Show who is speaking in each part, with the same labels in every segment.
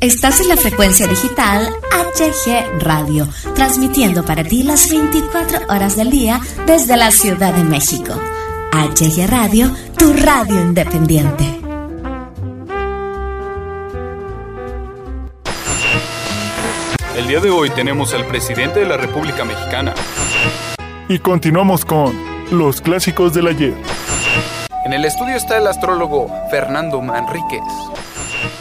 Speaker 1: Estás en la frecuencia digital HG Radio, transmitiendo para ti las 24 horas del día desde la Ciudad de México. HG Radio, tu radio independiente.
Speaker 2: El día de hoy tenemos al presidente de la República Mexicana.
Speaker 3: Y continuamos con los clásicos del ayer.
Speaker 2: En el estudio está el astrólogo Fernando Manríquez.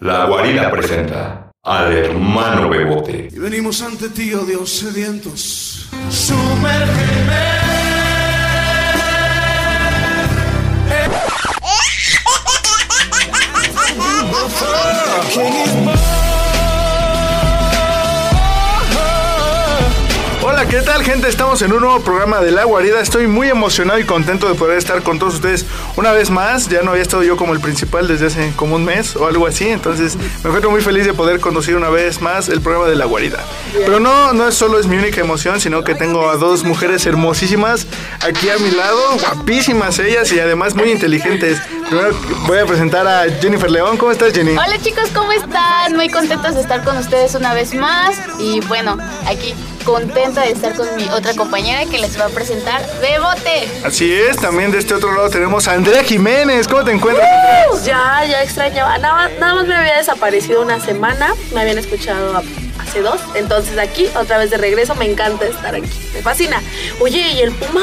Speaker 4: La guarida presenta al hermano Bebote.
Speaker 5: Y venimos ante ti, oh Dios, sedientos. Sumérgeme.
Speaker 6: Hola, ¿qué tal gente? Estamos en un nuevo programa de La Guarida. Estoy muy emocionado y contento de poder estar con todos ustedes una vez más. Ya no había estado yo como el principal desde hace como un mes o algo así. Entonces me encuentro muy feliz de poder conducir una vez más el programa de La Guarida. Pero no, no es solo es mi única emoción, sino que tengo a dos mujeres hermosísimas aquí a mi lado. Guapísimas ellas y además muy inteligentes. Primero voy a presentar a Jennifer León. ¿Cómo estás, Jenny?
Speaker 7: Hola chicos, ¿cómo están? Muy contentos de estar con ustedes una vez más. Y bueno, aquí contenta de estar con mi otra compañera que les va a presentar Bebote.
Speaker 6: Así es, también de este otro lado tenemos a Andrea Jiménez. ¿Cómo te encuentras? Andrea?
Speaker 8: Ya, ya extrañaba. Nada más, nada más me había desaparecido una semana. Me habían escuchado a- hace dos. Entonces aquí, otra vez de regreso, me encanta estar aquí. Me fascina. Oye, ¿y el Puma?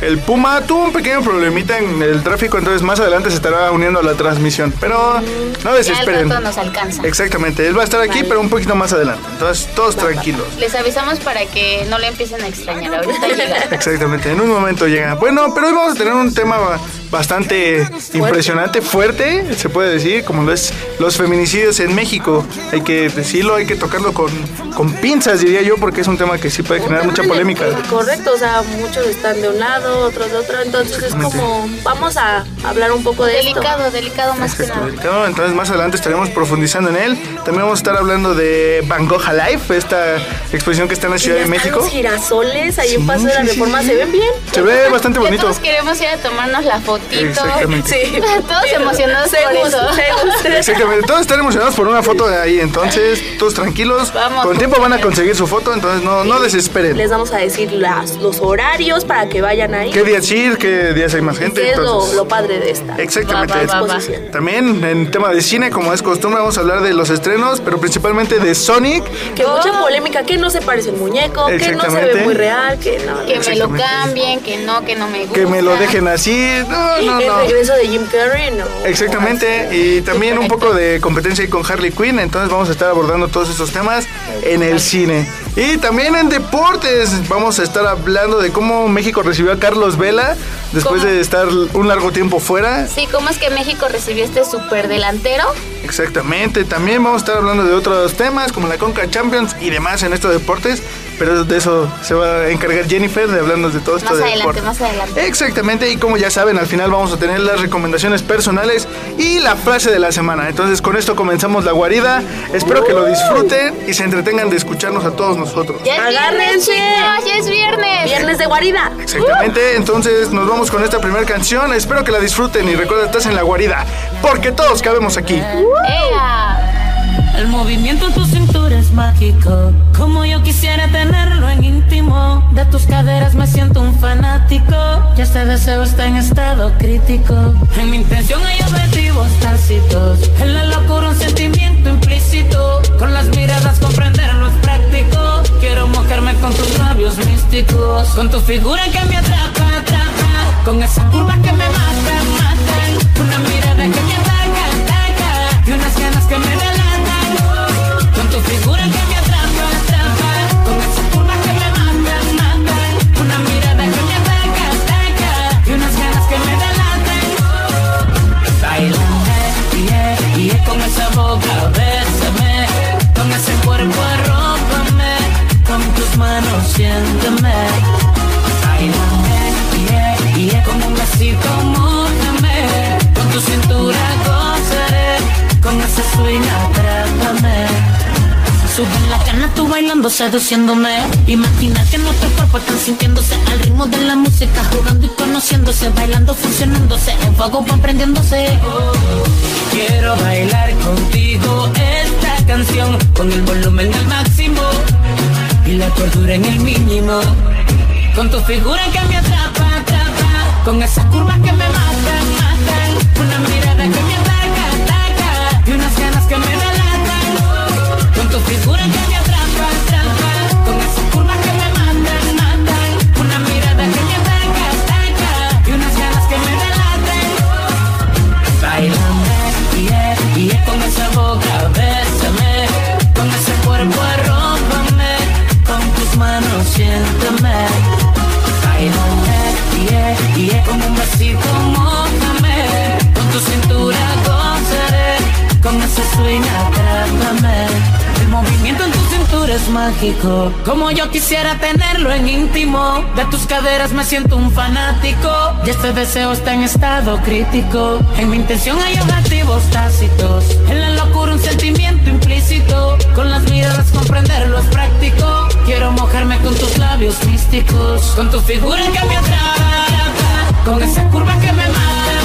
Speaker 6: El Puma tuvo un pequeño problemita en el tráfico, entonces más adelante se estará uniendo a la transmisión. Pero no
Speaker 7: Ya al
Speaker 6: desesperen.
Speaker 7: rato nos alcanza.
Speaker 6: Exactamente, él va a estar aquí, pero un poquito más adelante. Entonces, todos tranquilos.
Speaker 7: Les avisamos para que no le empiecen a extrañar. Ahorita llega.
Speaker 6: Exactamente, en un momento llega. Bueno, pero hoy vamos a tener un tema ba- bastante impresionante, fuerte, se puede decir, como lo es los feminicidios en México. Hay que decirlo, hay que tocarlo con, con pinzas, diría yo, porque es un tema que sí puede generar mucha polémica.
Speaker 8: Correcto, o sea, muchos están de un lado, otros de otro. Entonces es como, vamos a hablar un poco de esto.
Speaker 7: Delicado, delicado más que nada.
Speaker 6: Claro, Este, Entonces más adelante estaremos profundizando en él. También vamos a estar hablando de Van Gogh Life, esta exposición que está en la
Speaker 8: Y
Speaker 6: Ciudad de
Speaker 8: hasta
Speaker 6: México.
Speaker 8: Los girasoles ahí en
Speaker 6: Sí,
Speaker 8: Paso de la
Speaker 6: sí, sí,
Speaker 8: Reforma
Speaker 6: sí.
Speaker 8: se ven bien.
Speaker 6: Se ve bastante
Speaker 7: Ya
Speaker 6: bonito.
Speaker 7: todos queremos ir a tomarnos la fotito.
Speaker 6: Exactamente.
Speaker 8: Sí.
Speaker 7: Todos emocionados por
Speaker 8: Según-
Speaker 7: eso.
Speaker 8: según-
Speaker 6: Exactamente, todos están emocionados por una foto de ahí, entonces todos tranquilos.
Speaker 7: Vamos.
Speaker 6: Con tiempo van a conseguir su foto, entonces no, no desesperen.
Speaker 8: Les vamos a decir las, los horarios para que vayan ahí.
Speaker 6: ¿Qué días ir? ¿Qué días hay más gente?
Speaker 8: ¿Qué es lo,
Speaker 6: Entonces,
Speaker 8: lo padre de esta?
Speaker 6: Exactamente.
Speaker 7: Va, va, va,
Speaker 8: va.
Speaker 6: También en tema de cine, como es costumbre, vamos a hablar de los estrenos, pero principalmente de Sonic.
Speaker 8: Que mucha polémica, que no se parece el muñeco, que no se
Speaker 6: Exactamente.
Speaker 8: ve muy real, que no.
Speaker 7: Que me lo
Speaker 6: Exactamente.
Speaker 7: cambien, que no, que no me gusta.
Speaker 6: Que me lo dejen así. No, no,
Speaker 8: el
Speaker 6: no.
Speaker 8: regreso de Jim Carrey, no.
Speaker 6: Exactamente, y también un poco de competencia ahí con Harley Quinn, entonces vamos a estar abordando todos estos temas en el cine. Y también en deportes, vamos a estar hablando de cómo México recibió a Carlos Vela después
Speaker 7: ¿Cómo?
Speaker 6: de estar un largo tiempo fuera.
Speaker 7: Sí, ¿cómo es que México recibió este superdelantero?
Speaker 6: Exactamente, también vamos a estar hablando de otros temas como la Conca Champions y demás en estos deportes, pero de eso se va a encargar Jennifer de hablarnos de todo esto
Speaker 7: Más
Speaker 6: de
Speaker 7: adelante,
Speaker 6: deportes.
Speaker 7: más adelante.
Speaker 6: Exactamente, y como ya saben, al final vamos a tener las recomendaciones personales y la frase de la semana. Entonces, con esto comenzamos la guarida. Espero que lo disfruten y se entretengan de escucharnos a todos nosotros.
Speaker 7: ¡Ya es viernes,
Speaker 8: Agárrense.
Speaker 7: chicos! Ah, ¡Ya es viernes!
Speaker 8: Viernes de guarida.
Speaker 6: Exactamente, entonces nos vamos con esta primera canción. Espero que la disfruten y recuerda, estás en la guarida, porque todos cabemos aquí.
Speaker 7: ¡Ea!
Speaker 9: El movimiento en tu cintura es mágico, como yo quisiera tenerlo en íntimo. De tus caderas me siento un fanático, ya este deseo está en estado crítico. En mi intención hay objetivos tácitos, en la locura un sentimiento implícito. Con las miradas comprenderlo es práctico, quiero mojarme con tus labios místicos, con tu figura que me atrapa, atrapa, con esa curva que me mata, mata, una mirada que me ataca, ataca, y unas ganas que me delatan, con tu figura que me atrapa, atrapa, con esa curva que me mata, mata, una mirada que me ataca, ataca, y unas ganas que me delatan. Bailame, yeah, yeah,
Speaker 10: en la cana tú bailando, seduciéndome Imagina que nuestros cuerpos están sintiéndose al ritmo de la música Jugando y conociéndose, bailando, funcionándose En fuego va prendiéndose Oh,
Speaker 9: Quiero bailar contigo esta canción con el volumen al máximo y la cordura en el mínimo. Con tu figura que me atrapa, atrapa, con esas curvas que me matan, matan, una mirada que me ataca, ataca y unas ganas que me delatan. Con tu figura que me atrapa, atrapa, con esas curvas que me matan, matan, una mirada que me ataca, ataca y unas ganas que me delatan. Bailame, yeah, yeah, con esa boca bésame Con ese cuerpo arrópame Con tus manos siéntame Bailame, yeah, yeah, con un besito mójame Con tu cintura gozaré Con ese swing atrápame El movimiento en tu cintura es mágico Como yo quisiera tenerlo en íntimo De tus caderas me siento un fanático Y este deseo está en estado crítico En mi intención hay objetivos tácitos En la locura un sentimiento implícito Con las miradas comprenderlo es práctico Quiero mojarme con tus labios místicos Con tu figura que me atrapa Con esa curva que me mata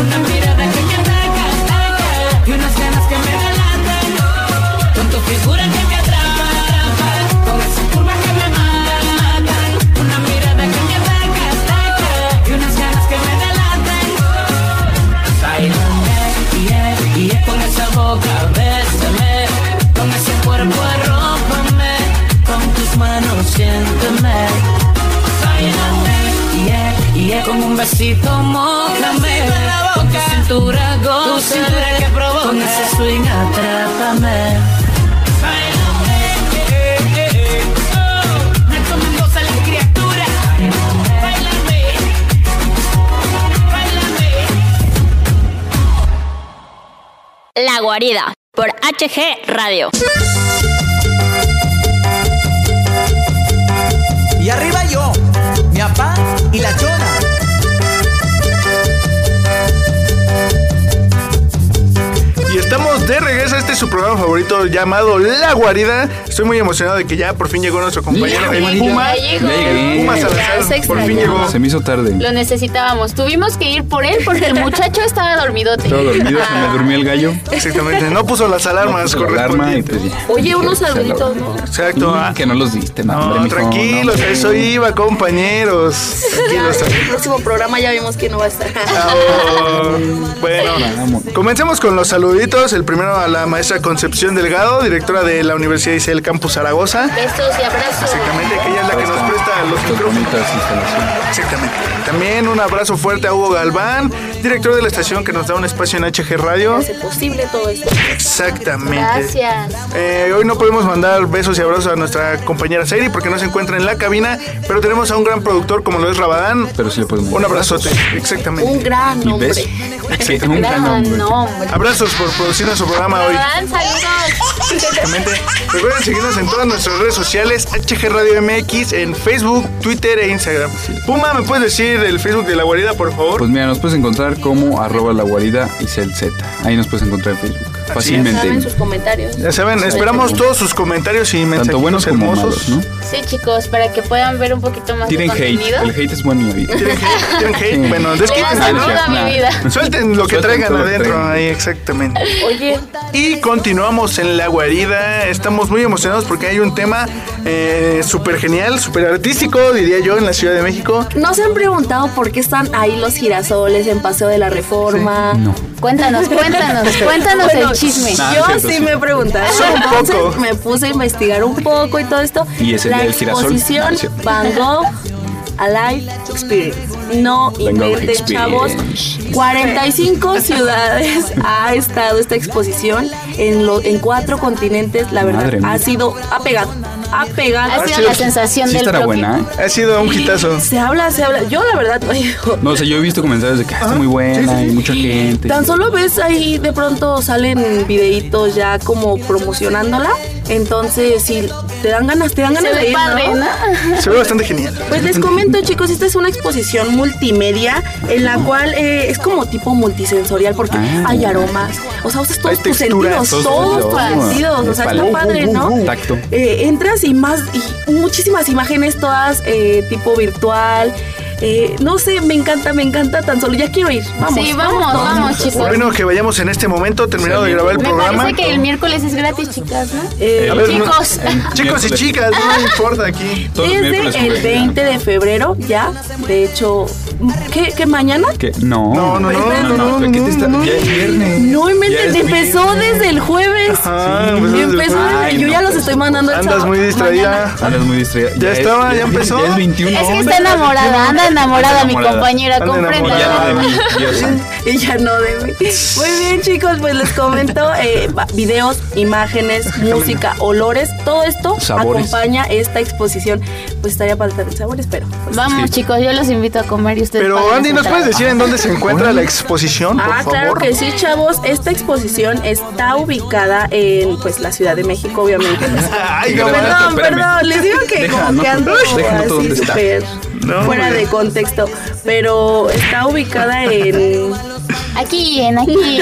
Speaker 9: Una mirada que me ataca, ataca Y unas ganas que me delatan Con tu figura que me atrapa atrapa, Con esa curva que me mata, mata Una mirada que me ataca, ataca Y unas ganas que me delatan Bailame, yeah, yeah, con esa boca bésame, con ese cuerpo arrópame, con tus manos siénteme. Bailame, yeah, yeah, con un besito mójame, con tu cintura gozame, con ese swing atrápame. Bailame, eh, eh, eh, oh, me comen goza la criatura. Bailame, bailame.
Speaker 11: La guarida por HG Radio.
Speaker 12: Y arriba yo, mi apá y la chona.
Speaker 6: Y estamos de regreso a este su programa favorito llamado La Guarida. Estoy muy emocionado de que ya por fin llegó nuestro compañero
Speaker 7: Ya
Speaker 6: el
Speaker 7: llegó,
Speaker 6: Puma.
Speaker 7: ya llegó.
Speaker 6: Puma
Speaker 7: Ya
Speaker 6: Salazar,
Speaker 7: se
Speaker 6: por fin
Speaker 7: extrañaba.
Speaker 6: llegó.
Speaker 13: Se me hizo tarde.
Speaker 7: Lo necesitábamos. Tuvimos que ir por él porque el muchacho estaba dormidote. Ah.
Speaker 13: Estaba dormido, se me durmió el gallo.
Speaker 6: Exactamente, no puso las alarmas
Speaker 13: No puso la alarma y
Speaker 6: correspondientes.
Speaker 13: pues ya.
Speaker 8: Oye, unos saluditos, ¿no?
Speaker 6: Exacto. ah.
Speaker 13: Que no los diste, no, hombre,
Speaker 6: No,
Speaker 13: mijo,
Speaker 6: tranquilos,
Speaker 13: no,
Speaker 6: a eso iba, compañeros. Tranquilos.
Speaker 8: El próximo programa ya vimos que no va a estar.
Speaker 6: Oh, bueno, comencemos con los saluditos. El primero a la maestra Concepción Delgado, directora de la Universidad ICEL Campus Zaragoza.
Speaker 7: Besos y abrazos.
Speaker 6: Exactamente, que ella es la que nos presta los micrófonos. Exactamente. También un abrazo fuerte a Hugo Galván, director de la estación que nos da un espacio en HG Radio.
Speaker 8: Hace posible todo esto.
Speaker 6: Exactamente.
Speaker 7: Gracias.
Speaker 6: Eh, hoy no podemos mandar besos y abrazos a nuestra compañera Sairi porque no se encuentra en la cabina, pero tenemos a un gran productor como lo es Rabadán.
Speaker 13: Pero sí le podemos
Speaker 6: Un abrazote, exactamente.
Speaker 8: Un gran
Speaker 13: ¿Y
Speaker 8: hombre.
Speaker 13: ves? Sí, un gran
Speaker 7: Gran
Speaker 13: hombre.
Speaker 7: nombre.
Speaker 6: Abrazos por producir nuestro programa hoy.
Speaker 7: Gran saludos.
Speaker 6: Exactamente. Recuerden seguirnos en todas nuestras redes sociales, HG Radio MX, en Facebook, Twitter e Instagram. Puma, ¿me puedes decir el Facebook de la guarida, por favor?
Speaker 13: Pues mira, nos puedes encontrar como arroba la guarida y Z. Ahí nos puedes encontrar en Facebook.
Speaker 8: Saben
Speaker 13: Fácilmente.
Speaker 8: sus comentarios.
Speaker 6: Ya saben, esperamos todos sus comentarios y mensajes
Speaker 13: Tanto buenos como
Speaker 6: hermosos.
Speaker 13: malos, ¿no?
Speaker 7: Sí, chicos, para que puedan ver un poquito más
Speaker 13: Tienen
Speaker 7: de
Speaker 13: hate.
Speaker 7: contenido.
Speaker 13: El hate es bueno en la vida.
Speaker 6: ¿Tienen hate? ¿Tienen hate?
Speaker 13: Sí.
Speaker 6: Bueno,
Speaker 7: Le dan
Speaker 6: desquítense,
Speaker 13: Ah, no,
Speaker 7: salud a
Speaker 13: nah.
Speaker 7: mi vida.
Speaker 6: Suelten lo que
Speaker 13: Suelten
Speaker 6: traigan
Speaker 13: todo lo que
Speaker 6: adentro,
Speaker 13: traigan.
Speaker 6: ahí exactamente.
Speaker 8: Oye,
Speaker 6: Y continuamos en la guarida. Estamos muy emocionados porque hay un tema eh, súper genial, súper artístico, diría yo, en la Ciudad de México.
Speaker 8: ¿no se han preguntado por qué están ahí los girasoles en Paseo de la Reforma?
Speaker 13: No.
Speaker 7: Cuéntanos, cuéntanos, cuéntanos
Speaker 8: Bueno,
Speaker 7: el chisme.
Speaker 13: Nah,
Speaker 8: yo
Speaker 13: no es cierto,
Speaker 8: sí,
Speaker 13: sí.
Speaker 8: me preguntaba.
Speaker 6: Solo un
Speaker 8: Entonces
Speaker 6: poco.
Speaker 8: me puse a investigar un poco y todo esto.
Speaker 13: Y es el
Speaker 8: La
Speaker 13: día del girasol.
Speaker 8: exposición
Speaker 13: No, es cierto.
Speaker 8: Van Gogh Alive Experience. No
Speaker 13: Van Gogh
Speaker 8: inventen, chavos.
Speaker 13: Experience.
Speaker 8: 45 ciudades ha estado esta exposición en, lo- en cuatro continentes. La verdad,
Speaker 13: Madre mía.
Speaker 8: ha sido, ha pegado. ha pegado.
Speaker 7: Ha sido la sensación
Speaker 2: Sí
Speaker 7: del
Speaker 2: estará
Speaker 7: bloque.
Speaker 2: buena, ¿eh?
Speaker 6: Ha sido un hitazo.
Speaker 8: Se habla, se habla. Yo la verdad, oye,
Speaker 2: No, o sea, yo he visto comentarios de que ah, está muy buena y mucha gente.
Speaker 8: Tan solo ves ahí de pronto salen videitos ya como promocionándola. Entonces, si te dan ganas, te dan
Speaker 7: Se
Speaker 8: ganas de
Speaker 7: ve
Speaker 8: ir,
Speaker 7: padre,
Speaker 8: ¿no?
Speaker 7: ¿no?
Speaker 6: Se ve bastante genial.
Speaker 8: Pues les comento, chicos, esta es una exposición multimedia en la cual eh, es como tipo multisensorial porque
Speaker 2: Ah.
Speaker 8: hay aromas, o sea, usas todos tus
Speaker 2: texturas,
Speaker 8: sentidos, todos tus sentidos, o sea, está
Speaker 2: Paleta.
Speaker 8: padre, ¿no?
Speaker 2: Tacto.
Speaker 8: Eh, entras y más y muchísimas imágenes todas eh, tipo virtual. Eh, no sé, me encanta, me encanta tan solo. Ya quiero ir. Vamos,
Speaker 7: Sí, vamos,
Speaker 8: todos.
Speaker 7: vamos, chicos.
Speaker 6: Bueno, que vayamos en este momento, terminado de grabar el
Speaker 7: Me
Speaker 6: programa.
Speaker 7: parece que el miércoles es gratis, chicas,
Speaker 8: Eh,
Speaker 7: ¿no?
Speaker 6: Eh, A ver, no-
Speaker 7: chicos.
Speaker 6: chicos y chicas, no importa aquí.
Speaker 8: Desde el 20 de febrero ya, de hecho, ¿qué, qué mañana?
Speaker 2: ¿Qué? No.
Speaker 6: No, no, no, no, no,
Speaker 2: ¿Qué te está? Ya es viernes.
Speaker 8: No, me
Speaker 2: Ya es
Speaker 8: empezó desde el jueves.
Speaker 6: Ah, pues es-
Speaker 8: empezó desde-
Speaker 2: Ay,
Speaker 8: yo
Speaker 2: no, pues
Speaker 8: ya los estoy mandando el
Speaker 6: Andas
Speaker 8: sábado.
Speaker 6: muy distraída.
Speaker 2: Andas muy distraída.
Speaker 6: Ya
Speaker 2: es-
Speaker 6: estaba, ya
Speaker 2: es-
Speaker 6: empezó.
Speaker 2: Ya es 21.
Speaker 7: Es que
Speaker 2: hombre.
Speaker 7: está enamorada, anda enamorada mi
Speaker 2: enamorada.
Speaker 7: compañera,
Speaker 2: Anda
Speaker 7: comprenda.
Speaker 2: enamorada de mí, Dios santo.
Speaker 8: Y ya no de mí. Muy bien, chicos, pues les comento eh, va- videos, imágenes, música, olores, todo esto
Speaker 2: Sabores.
Speaker 8: acompaña esta exposición. Pues estaría para el sabor, espero. Pues-
Speaker 7: Vamos,
Speaker 2: Sí.
Speaker 7: chicos, yo los invito a comer y ustedes.
Speaker 6: Pero
Speaker 7: pagan
Speaker 6: Andy,
Speaker 7: su
Speaker 6: ¿nos puedes
Speaker 7: trabajo.
Speaker 6: decir en dónde se encuentra la exposición, por
Speaker 8: Ah,
Speaker 6: favor?
Speaker 8: claro que sí, chavos. Esta exposición está ubicada en pues la Ciudad de México, obviamente.
Speaker 6: Ay,
Speaker 2: no,
Speaker 8: perdón,
Speaker 2: espérame.
Speaker 8: perdón, les digo que
Speaker 2: Deja,
Speaker 8: como
Speaker 2: no,
Speaker 8: que ando
Speaker 2: deja, no,
Speaker 8: así
Speaker 2: ¿dónde está?
Speaker 8: súper
Speaker 6: No,
Speaker 8: fuera
Speaker 6: hombre.
Speaker 8: de contexto, pero está ubicada en
Speaker 7: Aquí, en aquí.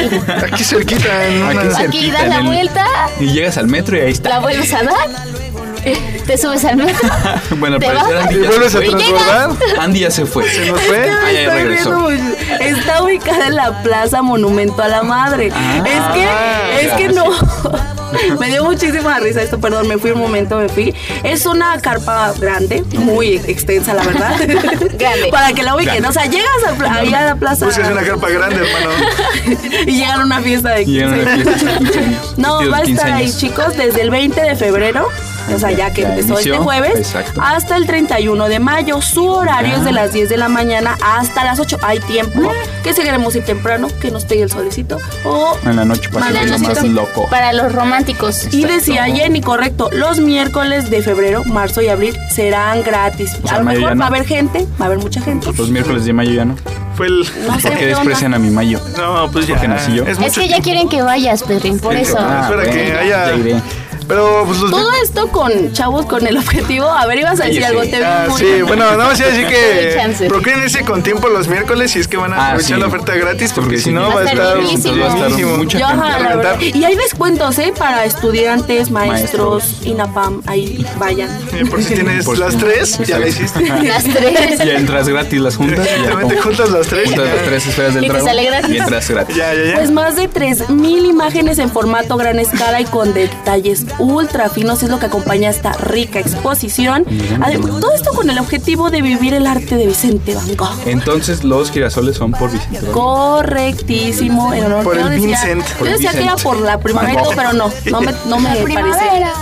Speaker 6: Aquí cerquita, en
Speaker 2: Aquí
Speaker 6: una-
Speaker 2: cerquita,
Speaker 7: Aquí das la
Speaker 2: en el-
Speaker 7: vuelta,
Speaker 2: Y llegas al metro y ahí está.
Speaker 7: la vuelves a dar, te subes al metro.
Speaker 2: Bueno, al
Speaker 7: Te
Speaker 2: parecer
Speaker 7: vas.
Speaker 2: Andy
Speaker 6: ¿Te
Speaker 2: ya
Speaker 6: vuelves
Speaker 2: se
Speaker 6: a
Speaker 2: fue.
Speaker 6: transbordar?
Speaker 2: Andy ya se fue.
Speaker 6: ¿Se nos fue?
Speaker 2: Ah, ya
Speaker 8: Estoy
Speaker 2: regresó.
Speaker 8: viendo mucho. Está ubicada en la Plaza Monumento a la Madre. es que, es que no. me dio muchísima risa esto, perdón, me fui un momento, me fui. Es una carpa grande, muy extensa, la verdad.
Speaker 7: Grande.
Speaker 8: Para que la ubiquen. O sea, llegas a, pla- ahí a la plaza
Speaker 6: Buscas una carpa grande, hermano.
Speaker 8: y llegan a una fiesta de
Speaker 2: Y en una
Speaker 8: 15.
Speaker 2: fiesta de 15 años.
Speaker 8: No,
Speaker 2: Tíos,
Speaker 8: va a
Speaker 2: 15
Speaker 8: estar ahí,
Speaker 2: años.
Speaker 8: chicos, desde el 20 de febrero. O sea, ya que
Speaker 2: Ya
Speaker 8: empezó
Speaker 2: inició,
Speaker 8: este jueves,
Speaker 2: exacto. Ah.
Speaker 8: hasta el 31 de mayo. Su horario es de las 10 de la mañana hasta las 8. Hay tiempo que si queremos ir temprano, que nos pegue el solecito. O
Speaker 2: En la noche pasa
Speaker 8: Mañana
Speaker 2: lo
Speaker 8: nos
Speaker 2: más
Speaker 8: toca.
Speaker 2: loco.
Speaker 7: Para los románticos.
Speaker 8: y decía Jenny, correcto, los miércoles de febrero, marzo y abril serán gratis.
Speaker 2: O sea,
Speaker 8: a lo
Speaker 2: mayo ya
Speaker 8: mejor
Speaker 2: no.
Speaker 8: va a haber gente, va a haber mucha gente.
Speaker 2: Los miércoles de mayo ya no.
Speaker 7: Ah,
Speaker 6: Fue el.
Speaker 8: No sé
Speaker 2: Porque
Speaker 8: qué onda.
Speaker 2: desprecian a mi mayo.
Speaker 6: No, pues ya.
Speaker 2: Porque nací yo.
Speaker 6: Es
Speaker 7: Es
Speaker 6: mucho.
Speaker 7: que ya quieren que vayas, Pedrin, por eso.
Speaker 2: Ah,
Speaker 6: Espera
Speaker 2: bueno,
Speaker 6: que haya-
Speaker 2: Ya iré.
Speaker 6: Pero, pues los.
Speaker 8: Todo esto con chavos con el objetivo. A ver, ibas a decir
Speaker 2: Cállese.
Speaker 8: algo. Te vi
Speaker 6: Ah,
Speaker 8: muy-
Speaker 6: sí, bueno, nada más iba a decir
Speaker 7: Hay
Speaker 6: que
Speaker 7: chance.
Speaker 6: procuren irse con tiempo los miércoles si es que van a
Speaker 2: Ah,
Speaker 6: aprovechar
Speaker 2: sí.
Speaker 6: la oferta gratis, porque
Speaker 2: Porque
Speaker 6: si
Speaker 2: sí,
Speaker 6: no
Speaker 2: va
Speaker 6: va a
Speaker 7: a estar
Speaker 6: estar
Speaker 7: llenísimo. Va a estar
Speaker 2: mucha
Speaker 8: ¿eh? Yo,
Speaker 2: gente.
Speaker 8: ajá, la verdad. Y hay descuentos, ¿eh? Para estudiantes, maestros,
Speaker 2: Maestros.
Speaker 8: INAPAM, ahí vayan.
Speaker 6: Eh, Por si tienes
Speaker 2: Por si-
Speaker 6: las tres, ya la hiciste.
Speaker 7: Las tres.
Speaker 2: Ya entras gratis las juntas. y ya
Speaker 6: Exactamente,
Speaker 2: como-
Speaker 6: juntas las tres. y
Speaker 2: juntas las
Speaker 6: ya.
Speaker 2: tres esferas del
Speaker 7: Y te
Speaker 2: dragón.
Speaker 7: sale gratis.
Speaker 2: Y entras gratis.
Speaker 6: Ya, ya, ya.
Speaker 8: Pues más de 3.000 imágenes en formato gran escala y con detalles ultra finos es lo que acompaña esta rica exposición. Adem- todo esto con el objetivo de vivir el arte de Vicente Van Gogh.
Speaker 2: Entonces los girasoles son por Vicente. Valdés.
Speaker 8: Correctísimo, en honor
Speaker 6: Por
Speaker 8: yo
Speaker 6: el
Speaker 8: decía-
Speaker 6: Vincent.
Speaker 8: Yo
Speaker 2: Por el
Speaker 8: decía que era
Speaker 2: Vincent.
Speaker 8: por la primavera y todo, pero no, no me, no me parece.
Speaker 7: Primavera.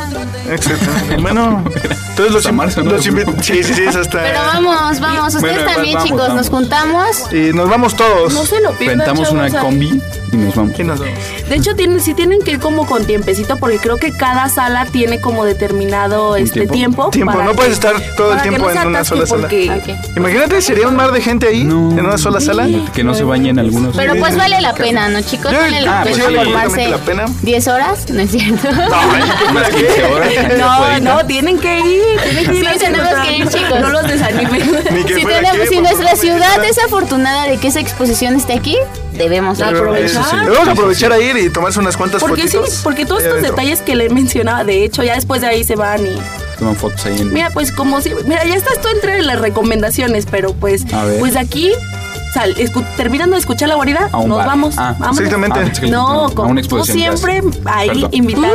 Speaker 6: Exactamente. Bueno, entonces los,
Speaker 2: Hasta marzo, ¿no?
Speaker 6: los invito. Sí, sí, sí, es hasta.
Speaker 7: Pero vamos, vamos. Ustedes
Speaker 2: Bueno, va-
Speaker 7: también,
Speaker 2: vamos,
Speaker 7: chicos, nos
Speaker 2: vamos.
Speaker 7: juntamos.
Speaker 6: Y nos vamos todos.
Speaker 8: No se lo pierdan.
Speaker 2: Rentamos
Speaker 8: chavos,
Speaker 2: una
Speaker 8: o sea,
Speaker 2: combi y nos vamos.
Speaker 6: Y nos vamos.
Speaker 8: De hecho, tienen, sí tienen que ir como con tiempecito, porque creo que cada sala tiene como determinado este
Speaker 2: tiempo?
Speaker 8: tiempo.
Speaker 6: Tiempo,
Speaker 8: para
Speaker 6: no
Speaker 8: que-
Speaker 6: puedes estar todo el
Speaker 8: para que
Speaker 6: tiempo
Speaker 8: no se
Speaker 6: en una
Speaker 8: atasque,
Speaker 6: sola sala.
Speaker 8: porque-
Speaker 7: Ok.
Speaker 6: Imagínate, sería un mar de gente ahí, en una sola sala.
Speaker 2: Que no se bañen algunos.
Speaker 7: Pero pues vale la pena, ¿no, chicos?
Speaker 6: Yo-
Speaker 7: Vale
Speaker 6: ah,
Speaker 7: la
Speaker 6: pues
Speaker 7: pena
Speaker 6: sí,
Speaker 7: formarse
Speaker 6: completamente la pena.
Speaker 7: 10 horas, ¿no es cierto?
Speaker 2: unas 15 horas.
Speaker 8: No,
Speaker 2: Pues,
Speaker 8: no, tienen que ir. Tienen que ir
Speaker 7: Sí,
Speaker 8: a
Speaker 7: tenemos
Speaker 8: disfrutar.
Speaker 7: que ir, chicos.
Speaker 8: No los desanimen.
Speaker 6: Ni que
Speaker 7: si
Speaker 6: fuera
Speaker 7: tenemos-
Speaker 6: qué,
Speaker 7: si
Speaker 6: por
Speaker 7: nuestra
Speaker 6: favor,
Speaker 7: ciudad
Speaker 6: ni que
Speaker 7: es afortunada de que esa exposición esté aquí, debemos
Speaker 6: fuera.
Speaker 7: aprovechar.
Speaker 6: Eso sí,
Speaker 8: aprovechar.
Speaker 6: Debemos aprovechar a ir y tomarse unas cuantas
Speaker 8: Porque sí,
Speaker 6: fotitos.
Speaker 8: porque todos
Speaker 6: ahí
Speaker 8: estos
Speaker 6: adentro.
Speaker 8: detalles que le mencionaba, de hecho, ya después de ahí se van y...
Speaker 2: Toman fotos ahí en.
Speaker 8: Mira, pues como si... Mira, ya estás tú entre las recomendaciones, pero pues...
Speaker 2: A ver.
Speaker 8: Pues aquí, sal, escu- terminando de escuchar la guarida,
Speaker 2: A
Speaker 8: nos
Speaker 2: un bar.
Speaker 8: vamos.
Speaker 2: Ah,
Speaker 8: vamos.
Speaker 6: exactamente.
Speaker 2: Ah, pensé que- a
Speaker 8: No,
Speaker 2: una
Speaker 8: como tú
Speaker 2: exposición, ya
Speaker 8: siempre
Speaker 2: sé.
Speaker 8: ahí
Speaker 2: Perdón.
Speaker 8: invitando.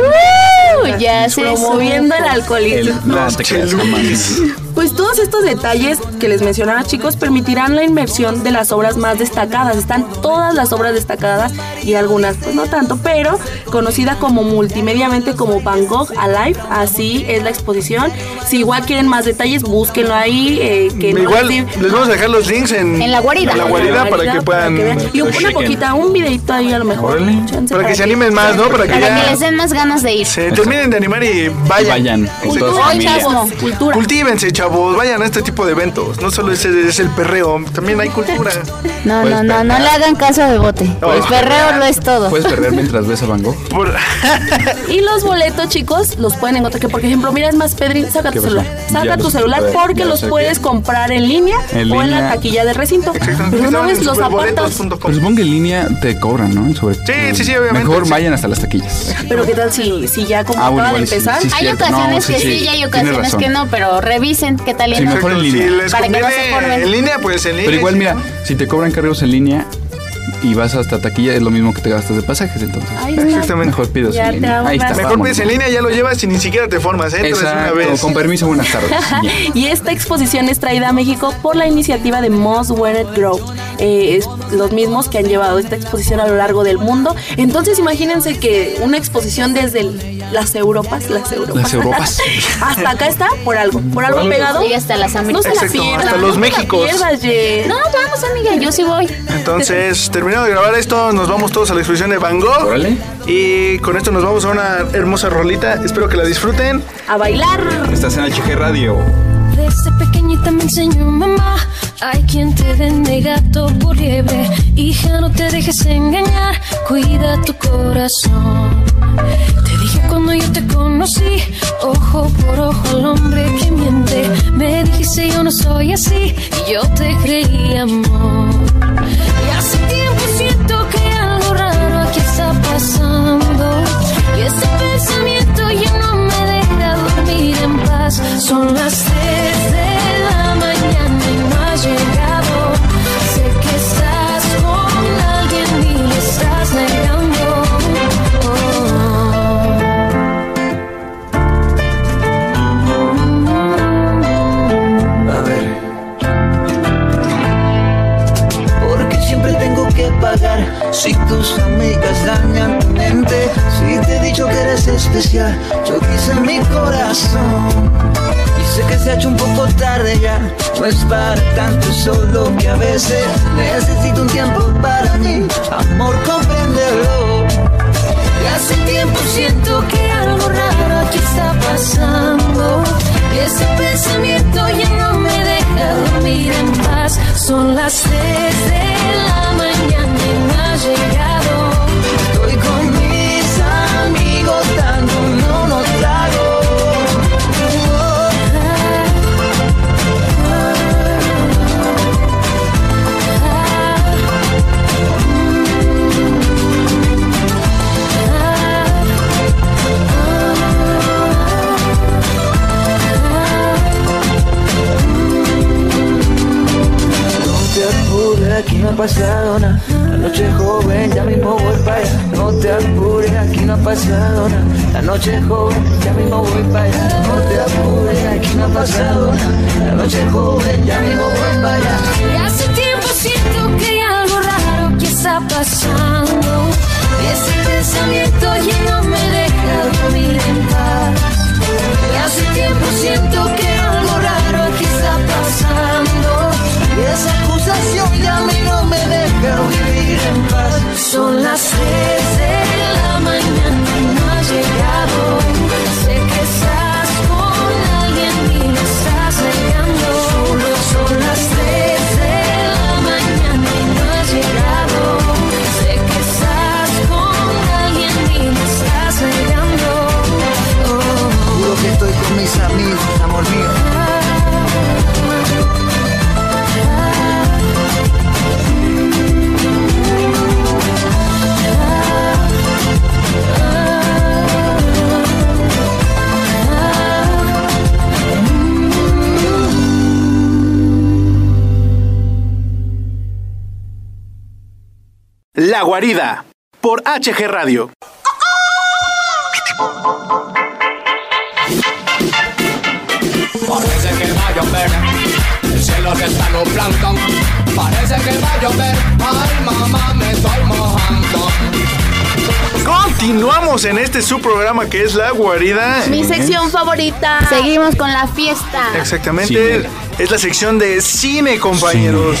Speaker 7: Uh, ya se
Speaker 8: promoviendo el
Speaker 7: supo.
Speaker 8: alcoholismo.
Speaker 2: El- no te creas, no mames.
Speaker 8: Pues Pues todos estos detalles que les mencionaba, chicos, permitirán la inmersión de las obras más destacadas. Están todas las obras destacadas y algunas, pues no tanto, pero conocida como multimediamente como Van Gogh Alive. Así es la exposición. Si igual quieren más detalles, búsquenlo ahí. eh, que no
Speaker 6: Igual
Speaker 8: les-
Speaker 6: les vamos a dejar los links en,
Speaker 8: En la guarida.
Speaker 6: en la guarida para que puedan.
Speaker 8: vean. Y
Speaker 6: Pues
Speaker 8: una poquita, un videito ahí a lo mejor. Chance
Speaker 6: Para que se animen más, Pues ¿no? Para que
Speaker 7: Para que
Speaker 6: ya
Speaker 7: les den más ganas de ir.
Speaker 6: se terminen de animar y vayan.
Speaker 2: Vayan con toda su
Speaker 7: Hoy
Speaker 2: familia.
Speaker 7: mismo.
Speaker 8: Cultura.
Speaker 6: Cultívense, chavos. Vayan a este tipo de eventos. No solo es, es el perreo, también hay cultura.
Speaker 7: No,
Speaker 6: Pues
Speaker 2: Puedes
Speaker 7: no, no, no le hagan caso de bote.
Speaker 6: Oh.
Speaker 7: El perreo lo es todo.
Speaker 6: Pues
Speaker 2: ¿Puedes perder mientras ves a Van Gogh?
Speaker 8: Y los boletos, chicos, los pueden encontrar. Que por ejemplo, mira, es más, Pedrin, saca
Speaker 2: ¿Qué
Speaker 8: tu
Speaker 2: pasó?
Speaker 8: celular. Saca
Speaker 2: Ya
Speaker 8: tu
Speaker 2: los-
Speaker 8: celular
Speaker 2: a ver,
Speaker 8: porque
Speaker 2: ya
Speaker 8: los
Speaker 2: saqué.
Speaker 8: puedes comprar en línea
Speaker 2: En
Speaker 8: o en la
Speaker 2: línea.
Speaker 8: taquilla del recinto. Pero no ves los apartados.
Speaker 2: Pero supongo que en línea te cobran, ¿no? Sobre-
Speaker 8: sí, sí, obviamente,
Speaker 2: Mejor
Speaker 8: sí.
Speaker 2: vayan hasta las taquillas.
Speaker 8: Pero qué tal si, si ya como
Speaker 2: Ah, bueno,
Speaker 8: acaba de
Speaker 2: igual sí,
Speaker 8: empezar.
Speaker 2: sí, sí,
Speaker 7: Hay
Speaker 2: cierto.
Speaker 7: ocasiones
Speaker 2: No,
Speaker 7: que
Speaker 2: sí,
Speaker 7: sí,
Speaker 2: sí,
Speaker 7: y hay
Speaker 2: tienes
Speaker 7: ocasiones
Speaker 2: razón.
Speaker 7: que no, pero revisen qué tal y
Speaker 2: Sí,
Speaker 7: no.
Speaker 2: mejor en
Speaker 6: Si
Speaker 2: línea.
Speaker 6: les
Speaker 7: Para que no se
Speaker 6: conviene
Speaker 7: formen.
Speaker 6: en línea, pues en línea.
Speaker 2: Pero igual,
Speaker 6: sí.
Speaker 2: mira, si te cobran cargos en línea y vas hasta taquilla, es lo mismo que te gastas de pasajes, entonces.
Speaker 8: Ahí está.
Speaker 6: Exactamente.
Speaker 2: Mejor pides
Speaker 8: Ya te
Speaker 2: en línea. Ahí
Speaker 8: ahorras.
Speaker 2: está.
Speaker 6: Mejor
Speaker 2: vámonos.
Speaker 6: pides en línea, ya lo llevas y ni siquiera te formas. ¿eh? Entras de una
Speaker 2: Exacto.
Speaker 6: vez.
Speaker 2: Con permiso, buenas tardes. Ah, Ya.
Speaker 8: y esta exposición es traída a México por la iniciativa de Most Wanted Group. Eh, es los mismos que han llevado esta exposición a lo largo del mundo. Entonces imagínense que una exposición desde el- las Europas, las Europas,
Speaker 2: Las Europas.
Speaker 8: hasta acá está por algo, por algo
Speaker 2: algo.
Speaker 8: pegado.
Speaker 7: Y hasta las
Speaker 8: No se
Speaker 7: Américas.
Speaker 8: la
Speaker 6: Exacto,
Speaker 8: pierdan.
Speaker 6: hasta los
Speaker 8: no se la
Speaker 6: Méxicos.
Speaker 8: pierdas, Jen.
Speaker 7: No, vamos, amiga, yo sí voy.
Speaker 6: Entonces, terminado de grabar esto, nos vamos todos a la exposición de Van Gogh.
Speaker 2: Órale.
Speaker 6: Y con esto nos vamos a una hermosa rolita. Espero que la disfruten.
Speaker 8: A bailar.
Speaker 2: Estás en HG Radio.
Speaker 14: Desde pequeñita me enseñó mamá. Hay quien te vende gato por liebre. Hija, no te dejes engañar. Cuida tu corazón. Te dije cuando yo te conocí, ojo por ojo al hombre que miente. Me dijiste yo no soy así y yo te creí amor. Y hace tiempo siento que algo raro aquí está pasando. Y ese pensamiento ya no me deja dormir en paz. Son las tres de la mañana y no has llegado. Sé que estás con alguien y le estás negando.
Speaker 12: A ver. Porque siempre tengo que pagar si tus amigas dañan tu mente. Si te he dicho que eres especial, yo quise mi corazón. Y sé que se ha hecho un poco tarde ya, no es para tanto, es solo que a veces necesito un tiempo para mí. Amor, compréndelo.
Speaker 14: Y hace tiempo siento que algo raro aquí está pasando. Y ese pensamiento ya no me deja dormir en paz. Son las tres de la mañana y no ha llegado.
Speaker 12: Estoy con mis amigos dando unos tragos. No te apures, aquí no ha pasado nada. La noche es joven, ya mismo voy para allá. No te apures, aquí no ha pasado nada. La noche es joven, ya mismo voy para allá. No te apures, aquí no ha pasado nada. La noche es joven, ya mismo voy para allá.
Speaker 14: Y hace tiempo siento que hay algo raro que está pasando. Y ese pensamiento ya no me deja dormir en paz. Y hace tiempo siento que algo raro aquí está pasando.
Speaker 12: Y esa acusación ya a mí no me deja vivir en paz.
Speaker 14: Son las tres de la mañana y no has llegado. Sé que estás con alguien y lo estás negando. Son las tres de la mañana y no has llegado. Sé que estás con alguien y lo estás negando. Oh,
Speaker 12: Juro que estoy con mis amigos, amor mío.
Speaker 15: La Guarida por HG Radio.
Speaker 16: Parece que va a llover. El cielo restano plancton. Parece que va a llover. Ay, mamá, me estoy mojando.
Speaker 6: Continuamos en este su programa que es La Guarida.
Speaker 7: Mi sección favorita. Seguimos con la fiesta.
Speaker 6: Exactamente. Es la sección de cine, compañeros.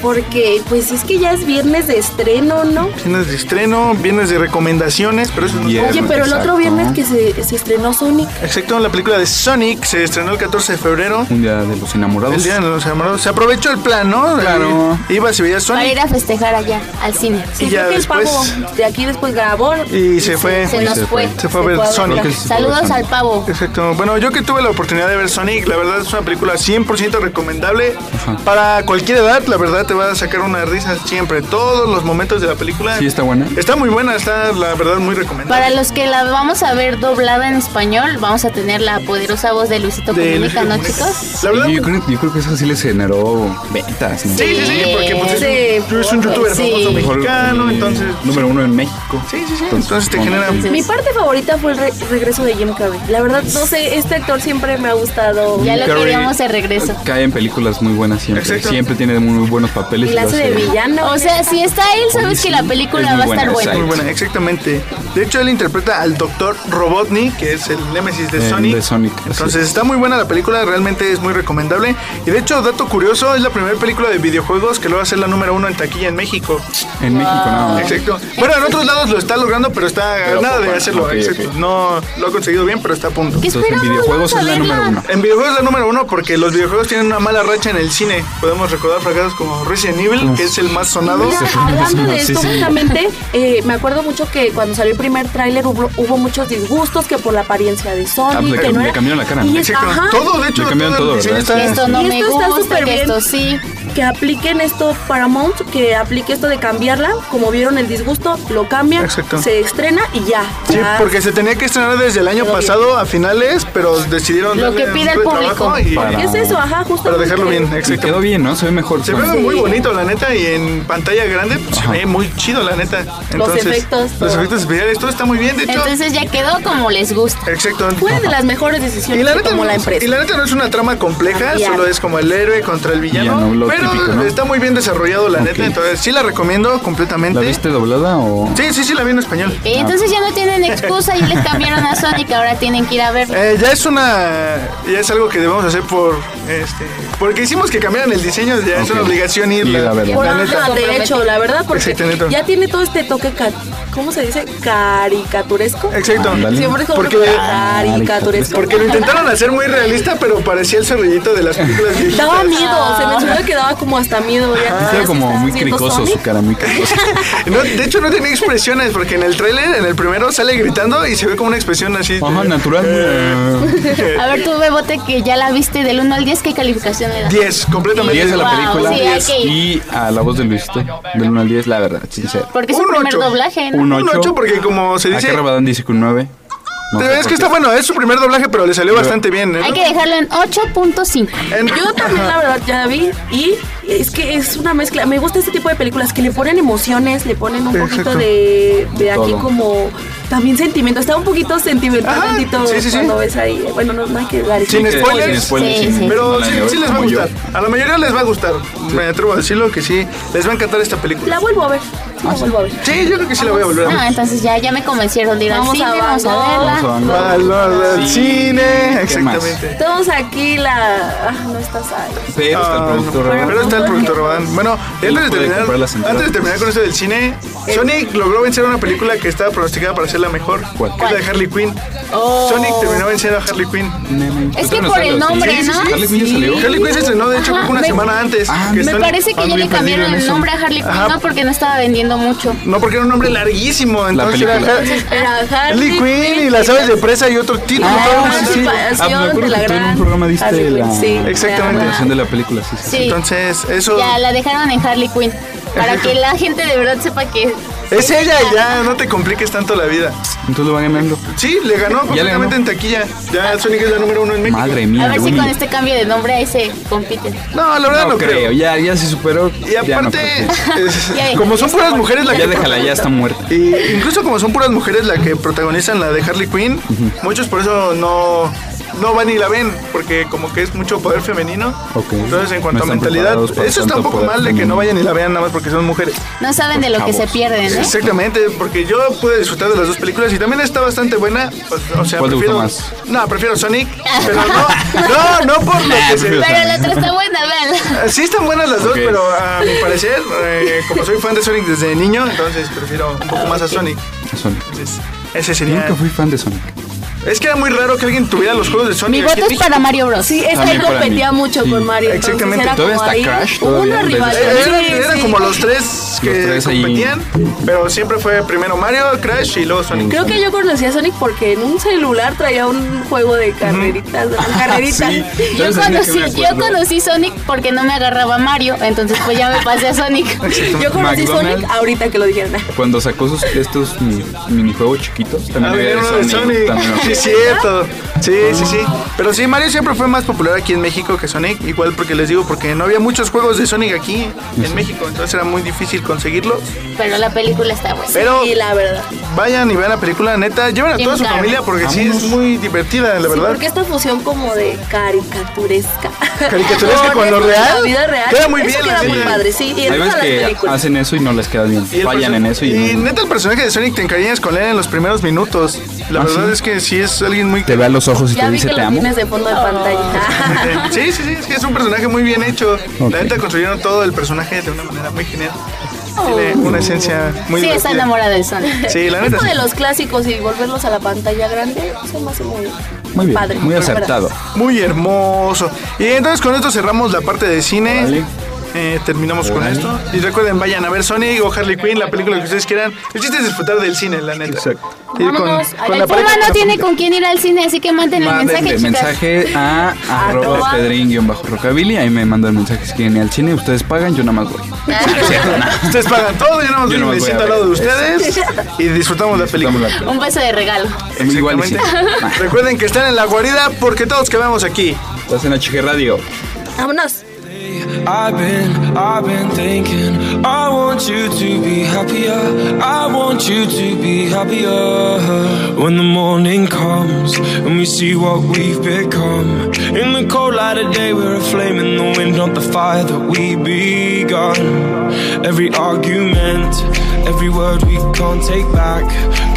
Speaker 8: Porque, pues es que ya es viernes de estreno, ¿no?
Speaker 6: Viernes de estreno, viernes de recomendaciones, pero eso no
Speaker 8: Oye, pero el otro viernes que se, se estrenó Sonic.
Speaker 6: Exacto, la película de Sonic se estrenó el 14 de febrero.
Speaker 2: Un día de los enamorados.
Speaker 6: El día de los enamorados. Se aprovechó el plan, ¿no? Claro. Iba, se veía
Speaker 7: Para
Speaker 6: Sonic
Speaker 7: ir a festejar allá, al cine.
Speaker 6: Sí, Y ya creo que el después- pavo
Speaker 8: de aquí después grabó.
Speaker 6: y se fue.
Speaker 7: Se nos fue.
Speaker 6: Se fue a ver Sonic.
Speaker 7: Saludos al pavo.
Speaker 6: Exacto. Bueno, yo que tuve la oportunidad de ver Sonic, la verdad es una película 100% recomendable para cualquier edad. La verdad te va a sacar una risa siempre. Todos los momentos de la película.
Speaker 2: Sí, está buena.
Speaker 6: Está muy buena, está la verdad muy recomendable.
Speaker 7: Para los que la vamos a ver doblada en español, vamos a tener la poderosa voz de Luisito
Speaker 6: De
Speaker 7: Comunica, ¿no,
Speaker 6: Luisito
Speaker 7: chicos?
Speaker 6: La verdad-
Speaker 2: yo, creo, yo creo que eso sí les generó ventas. ¿no?
Speaker 6: Sí, sí, sí, porque pues, es, un, es un
Speaker 7: Pues
Speaker 6: youtuber
Speaker 8: eh, Sí.
Speaker 6: famoso mexicano,
Speaker 2: Eh,
Speaker 6: entonces.
Speaker 2: Número uno en México.
Speaker 6: Sí, sí, sí. Entonces te genera-
Speaker 8: Mi parte favorita fue el re- regreso de Jim Carrey. La verdad, no sé, este actor siempre me ha gustado.
Speaker 2: Ya lo Carrey. queríamos
Speaker 8: de regreso.
Speaker 2: Cae en películas muy buenas siempre.
Speaker 6: Exacto.
Speaker 2: Siempre tiene muy buenos papeles.
Speaker 7: Y la hace
Speaker 2: lo
Speaker 7: de villano. O sea, si está él, sabes que la película va a estar buena.
Speaker 6: Muy buena, exactamente. De hecho, él interpreta al doctor Robotnik, que es el némesis de
Speaker 2: Eh,
Speaker 6: Sonic.
Speaker 2: de Sonic, así
Speaker 6: Entonces
Speaker 2: es.
Speaker 6: está muy buena la película, realmente es muy recomendable. Y de hecho, dato curioso, es la primera película de videojuegos que logra ser la número uno en taquilla en México.
Speaker 2: En México nada más.
Speaker 6: Exacto. Bueno, en otros lados lo está logrando, pero está
Speaker 2: Pero
Speaker 6: nada de
Speaker 2: poco,
Speaker 6: hacerlo.
Speaker 2: ok,
Speaker 6: exacto.
Speaker 2: ok.
Speaker 6: No lo ha conseguido bien, pero está a punto.
Speaker 2: ¿Qué Entonces, en esperamos? videojuegos Vamos a es la verla. número uno.
Speaker 6: En videojuegos es la número uno porque los videojuegos tienen una mala racha en el cine. Podemos recordar fracasos como Resident Evil, que es el más sonado.
Speaker 8: Mira, hablando de esto, justamente, eh, me acuerdo mucho que cuando salió el primer tráiler hubo, hubo muchos disgustos que por la apariencia de
Speaker 2: Ah,
Speaker 8: Sonic,
Speaker 2: le,
Speaker 8: que
Speaker 2: cam-
Speaker 8: no
Speaker 2: le
Speaker 8: era...
Speaker 2: cambiaron la cara.
Speaker 8: Y es- ajá.
Speaker 2: Le cambiaron todo, ¿verdad?
Speaker 7: Esto no
Speaker 8: Y
Speaker 7: me
Speaker 8: esto está
Speaker 7: gusta,
Speaker 8: súper
Speaker 7: que
Speaker 8: bien.
Speaker 7: esto sí.
Speaker 8: Que apliquen esto Paramount, que aplique esto de cambiarla, como vieron el disgusto, lo cambian,
Speaker 6: Exacto.
Speaker 8: se estrena y ya.
Speaker 6: Sí,
Speaker 8: ya.
Speaker 6: porque se tenía que estrenar desde el año pasado a finales, pero decidieron
Speaker 8: Lo que
Speaker 6: darle
Speaker 8: pida el
Speaker 6: de
Speaker 8: público.
Speaker 6: trabajo y-
Speaker 8: Porque es eso, ajá, justo
Speaker 6: Para
Speaker 8: porque-
Speaker 6: dejarlo bien, exacto.
Speaker 2: Quedó bien, ¿no? Se ve mejor.
Speaker 6: Se ve
Speaker 2: Sonic.
Speaker 6: muy bonito, la neta, y en pantalla grande pues, se ve muy chido, la neta. Entonces,
Speaker 7: efectos,
Speaker 6: Los
Speaker 7: todo.
Speaker 6: efectos especiales, todo está muy bien, de hecho.
Speaker 7: Entonces ya quedó como les gusta.
Speaker 6: Exacto.
Speaker 8: Fue de las mejores decisiones que tomó
Speaker 6: no,
Speaker 8: la empresa.
Speaker 6: y la neta no es una trama compleja,
Speaker 8: Cambiar.
Speaker 6: solo es como el héroe contra el villano.
Speaker 2: Villano, lo
Speaker 6: pero
Speaker 2: típico, ¿no?
Speaker 6: está muy bien desarrollado, la neta. Entonces sí la recomiendo completamente.
Speaker 2: ¿La viste doblada o.?
Speaker 6: Sí, sí, sí, la vi en español.
Speaker 7: Eh, Entonces ya no tienen excusa, ya les cambiaron a Sonic, ahora tienen que ir a verlo.
Speaker 6: Eh, ya es una. Ya es algo que debemos hacer por. Este, porque hicimos que cambiaran el diseño, ya es una obligación ir.
Speaker 2: Ir
Speaker 6: la-
Speaker 2: a verlo.
Speaker 6: la
Speaker 8: Por
Speaker 6: neta.
Speaker 8: neta, de hecho, la verdad, porque
Speaker 6: Exactamente.
Speaker 8: ya tiene todo este toque, ca- ¿cómo se dice? Caricaturesco.
Speaker 6: Exacto. Ándale.
Speaker 8: Siempre es como
Speaker 6: Porque-
Speaker 8: que caricaturesco.
Speaker 6: Porque lo intentaron hacer muy realista, pero parecía el cerrillito de las películas viejitas. Ah,
Speaker 8: Daba miedo, se mencionaba que daba como hasta miedo. ya que
Speaker 2: Estaba
Speaker 8: sabes
Speaker 2: como
Speaker 8: que
Speaker 2: muy
Speaker 8: estás viendo
Speaker 2: cricoso
Speaker 8: Sonic.
Speaker 2: su cara, muy cricoso.
Speaker 6: No, de hecho, no tenía expresiones, porque en el tráiler, en el primero, sale gritando y se ve como una expresión así.
Speaker 2: Ajá, natural.
Speaker 7: A ver, tú, Bebote, que ya la viste del 1 al 10, ¿qué calificación le das?
Speaker 6: 10, completamente.
Speaker 2: 10 a la
Speaker 7: Wow,
Speaker 2: película
Speaker 7: sí, hay que ir.
Speaker 2: y a la voz de Luisito. Del 1 al 10, la verdad, sincero.
Speaker 7: Porque es su
Speaker 6: Un
Speaker 7: primer
Speaker 6: ocho.
Speaker 7: doblaje, ¿no?
Speaker 2: Un 8.
Speaker 6: ocho, porque como se dice-
Speaker 2: Acá Rabadán dice que un 9.
Speaker 6: Te ves que está bueno, es su primer doblaje, pero le salió bastante bien. ¿eh?
Speaker 7: Hay que dejarlo en 8.5.
Speaker 8: Yo también, la verdad, ya la vi. Y es que es una mezcla. Me gusta este tipo de películas que le ponen emociones, le ponen un poquito
Speaker 6: Exacto.
Speaker 8: de, de aquí
Speaker 6: Todo.
Speaker 8: como también sentimiento. Está un poquito sentimental,
Speaker 6: Ajá,
Speaker 8: tantito
Speaker 6: sí, sí, sí.
Speaker 8: cuando ves ahí. Bueno, no, no hay que dar
Speaker 6: Sin spoilers, pero
Speaker 2: No la
Speaker 6: sí,
Speaker 2: leo,
Speaker 6: sí les va a
Speaker 2: como yo.
Speaker 6: gustar. A la mayoría les va a gustar. Me atrevo a decirlo que sí, les va a encantar esta película.
Speaker 8: La vuelvo a ver. La vuelvo a ver.
Speaker 6: Sí, yo creo que sí la voy a volver a ver.
Speaker 7: Ah, entonces ya, ya me convencieron de ir al
Speaker 8: Vamos
Speaker 7: cine,
Speaker 8: a
Speaker 7: vamos a
Speaker 8: Van Gogh.
Speaker 7: verla.
Speaker 6: Ah, no, del cine, exactamente.
Speaker 8: Estamos aquí la. Ah, no estás ahí.
Speaker 2: Pero está el productor
Speaker 6: Pero,
Speaker 2: Rabadán.
Speaker 6: Ah, está el productor Rabadán. Bueno, y
Speaker 2: Él
Speaker 6: antes
Speaker 2: puede
Speaker 6: de,
Speaker 2: comprar
Speaker 6: terminar,
Speaker 2: las entradas.
Speaker 6: antes de terminar con esto del cine, Sonic logró vencer una película que estaba pronosticada para ser la mejor, que es la de Harley Quinn. Sonic terminó venciendo a Harley Quinn.
Speaker 7: Oh. Es que por el nombre,
Speaker 6: Sí, sí,
Speaker 7: ¿no?
Speaker 6: sí. Harley Quinn se salió. Ah, Harley Quinn se estrenó, de
Speaker 7: Ajá,
Speaker 6: hecho, creo que una
Speaker 7: me-
Speaker 6: semana antes. que
Speaker 7: me
Speaker 6: Sonic.
Speaker 7: parece que ya le cambiaron el nombre a Harley Quinn,
Speaker 6: Ajá.
Speaker 7: ¿no? Porque no estaba vendiendo mucho.
Speaker 6: No, porque era un nombre larguísimo. Entonces era
Speaker 2: película.
Speaker 6: Har-
Speaker 8: Era
Speaker 6: Harley Quinn y las aves de presa y otro título.
Speaker 8: Ah,
Speaker 6: todo
Speaker 8: sí,
Speaker 6: eso.
Speaker 8: sí. Ah, me acuerdo que tú en un
Speaker 2: programa diste
Speaker 8: Harley Quinn,
Speaker 2: la,
Speaker 8: sí,
Speaker 6: Exactamente.
Speaker 2: la versión de la película, sí, sí.
Speaker 7: Sí.
Speaker 6: Entonces, eso.
Speaker 7: Ya la dejaron en Harley Quinn. Para que la gente de verdad sepa que.
Speaker 6: Es ella, ya, no te compliques tanto la vida.
Speaker 2: Entonces lo van ganando.
Speaker 6: Sí, le ganó
Speaker 2: Ya le ganó.
Speaker 6: completamente en taquilla.
Speaker 2: Ah,
Speaker 6: Ya Sonic es la número uno en México.
Speaker 2: Madre
Speaker 7: A
Speaker 2: mía.
Speaker 7: ver si
Speaker 2: güey.
Speaker 7: con este cambio de nombre ahí se compiten.
Speaker 6: No, la verdad no, creo.
Speaker 2: Eh, oh, Ya, ya se superó.
Speaker 6: Y
Speaker 2: ya no
Speaker 6: aparte,
Speaker 2: creo.
Speaker 6: es-
Speaker 7: Ya,
Speaker 6: como son puras mujeres la
Speaker 2: ya
Speaker 6: que...
Speaker 2: déjala, ya está muerta.
Speaker 6: Y incluso como son puras mujeres la que protagonizan la de Harley Quinn, muchos por eso no, no van y la ven, porque como que es mucho poder femenino.
Speaker 2: Ok.
Speaker 6: Entonces, en cuanto
Speaker 2: No
Speaker 6: a
Speaker 2: están
Speaker 6: mentalidad,
Speaker 2: preparados para
Speaker 6: eso está un
Speaker 2: tanto
Speaker 6: poco
Speaker 2: poder
Speaker 6: mal de que
Speaker 2: femenino.
Speaker 6: no vayan y la vean nada más porque son mujeres.
Speaker 7: No saben de lo que se pierden, ¿eh?
Speaker 6: Exactamente, porque yo pude disfrutar de las dos películas y también está bastante buena. O, o sea,
Speaker 2: ¿Cuál te gustó
Speaker 6: prefiero,
Speaker 2: más?
Speaker 6: No, prefiero Sonic, pero no, no, no por lo que se
Speaker 7: Pero la otra está buena,
Speaker 6: Eh,
Speaker 7: vean.
Speaker 6: Sí están buenas las dos,
Speaker 2: Ok.
Speaker 6: pero a mi parecer, eh, como soy fan de Sonic desde niño, entonces prefiero un poco más a Sonic.
Speaker 2: Sonic.
Speaker 6: Ese sería...
Speaker 2: Nunca fui fan de Sonic.
Speaker 6: Es que era muy raro que alguien tuviera los juegos de Sonic.
Speaker 7: Mi voto es para Mario Bros.
Speaker 8: Sí, es que
Speaker 6: También
Speaker 8: él
Speaker 6: para
Speaker 8: competía
Speaker 6: mí.
Speaker 8: mucho
Speaker 6: Sí.
Speaker 8: con Mario. entonces
Speaker 6: Exactamente.
Speaker 8: era
Speaker 6: Todavía
Speaker 8: como
Speaker 6: está
Speaker 8: ahí
Speaker 6: Crash,
Speaker 8: hubo
Speaker 2: todavía
Speaker 8: Una
Speaker 2: en vez de-
Speaker 6: Eh,
Speaker 8: rivalidad.
Speaker 6: Eran,
Speaker 8: Sí,
Speaker 6: eran
Speaker 8: sí.
Speaker 6: como los tres que
Speaker 2: Los tres ahí.
Speaker 6: competían, pero siempre fue primero Mario, Crash y luego Sonic.
Speaker 8: Creo que yo conocí a Sonic porque en un celular traía un juego de carreritas,
Speaker 6: Ah,
Speaker 8: de carreritas.
Speaker 2: Sí.
Speaker 7: Yo
Speaker 2: ¿Sabes a mí de qué
Speaker 7: conocí,
Speaker 2: me
Speaker 7: yo
Speaker 2: acuerdo?
Speaker 7: conocí Sonic porque no me agarraba Mario, entonces pues ya me pasé a Sonic.
Speaker 6: Pues,
Speaker 8: Yo conocí
Speaker 2: McDonald's.
Speaker 8: Sonic ahorita que lo dijeron.
Speaker 2: Cuando sacó sus, estos mi- minijuegos chiquitos,
Speaker 6: Ah,
Speaker 2: también había
Speaker 6: venía
Speaker 2: de
Speaker 6: uno de
Speaker 2: Sonic. también
Speaker 6: Sonic.
Speaker 2: había.
Speaker 6: Sí, cierto. Sí,
Speaker 2: Ah.
Speaker 6: sí, sí. Pero sí, Mario siempre fue más popular aquí en México que Sonic. Igual porque les digo, porque no había muchos juegos de Sonic aquí en México. Entonces era muy difícil conseguirlos.
Speaker 7: Pero la película está buena.
Speaker 6: Pero-
Speaker 8: Sí, la verdad.
Speaker 6: Vayan y vean la película, neta. Lleven a
Speaker 7: Jim
Speaker 6: toda su
Speaker 7: Carrey.
Speaker 6: familia porque sí es muy divertida, la
Speaker 8: Sí,
Speaker 6: verdad.
Speaker 8: porque esta fusión como de caricaturesca.
Speaker 6: Caricaturesca con lo
Speaker 8: esto de
Speaker 6: real,
Speaker 8: La vida real.
Speaker 6: queda muy
Speaker 8: Eso
Speaker 6: bien la
Speaker 8: Queda muy
Speaker 6: serie.
Speaker 8: padre, sí. Y
Speaker 2: Hay
Speaker 8: entonces
Speaker 2: veces
Speaker 8: a las
Speaker 2: que
Speaker 8: películas.
Speaker 2: hacen eso y no les queda bien.
Speaker 6: el
Speaker 2: Fallan
Speaker 6: perso-
Speaker 2: en eso y,
Speaker 6: y
Speaker 2: no-
Speaker 6: neta el personaje de Sonic te encariñas con él en los primeros minutos. La
Speaker 2: Ah,
Speaker 6: verdad
Speaker 2: ¿sí?
Speaker 6: es que sí es alguien muy
Speaker 2: te ve a los ojos y
Speaker 8: Ya
Speaker 2: te
Speaker 8: vi
Speaker 2: dice
Speaker 8: que
Speaker 2: te
Speaker 8: lo
Speaker 2: amo.
Speaker 8: tienes de fondo de pantalla.
Speaker 6: Sí, sí, sí, es que es un personaje muy bien hecho. La neta construyeron todo el personaje de una manera muy genial. Tiene
Speaker 8: Oh.
Speaker 6: una esencia muy
Speaker 7: sí,
Speaker 6: divertida.
Speaker 7: está enamorada de Sonic.
Speaker 6: Sí, la neta.
Speaker 8: Esto de
Speaker 6: sí.
Speaker 8: los clásicos y volverlos a la pantalla grande, eso me hace muy,
Speaker 2: Muy bien,
Speaker 8: padre.
Speaker 2: muy
Speaker 8: la verdad.
Speaker 2: acertado.
Speaker 6: Muy hermoso. Y entonces con esto cerramos la parte de cine.
Speaker 2: Vale.
Speaker 6: Eh, terminamos con
Speaker 2: Órale.
Speaker 6: esto. Y recuerden, vayan a ver Sonic o Harley Quinn, la película que ustedes quieran. El chiste es disfrutar del cine, la neta.
Speaker 2: Exacto.
Speaker 6: Ir con-
Speaker 7: Vámonos.
Speaker 6: con
Speaker 7: el Pulma
Speaker 6: la pareja, con
Speaker 7: no
Speaker 6: la
Speaker 7: tiene
Speaker 6: familia.
Speaker 7: con quién ir al cine, así que manden el mensaje,
Speaker 2: Mándenle
Speaker 7: chicas.
Speaker 2: mensaje a arroba
Speaker 8: Arroba.
Speaker 2: pedrin-rockabilly. Ahí me mandan mensajes que vienen al cine. Ustedes pagan, yo nada más voy. No es cierto, nada.
Speaker 6: Ustedes pagan todo, yo nada más
Speaker 2: Yo nada
Speaker 6: me
Speaker 2: más voy
Speaker 6: siento
Speaker 2: a
Speaker 6: al
Speaker 2: ver.
Speaker 6: lado de ustedes y disfrutamos la película.
Speaker 7: Un beso de regalo.
Speaker 2: Igual y sí.
Speaker 6: Exactamente. Recuerden que están en la guarida porque todos quedamos aquí.
Speaker 2: Estás en HG Radio.
Speaker 8: Vámonos.
Speaker 17: I've been, I've been thinking. I want you to be happier. I want you to be happier. When the morning comes and we see what we've become. In the cold light of day, we're a flame in the wind, not the fire that we begun. Every argument, every word we can't take back.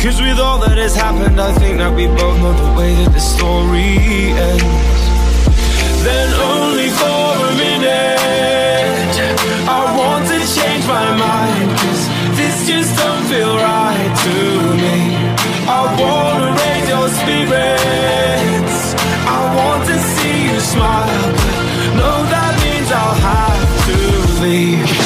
Speaker 17: Cause with all that has happened, I think that we both know the way that the story ends then only for a minute. I want to change my mind, cause this just don't feel right to me. I wanna raise your spirits, I want to see you smile. but No, that means I'll have to leave.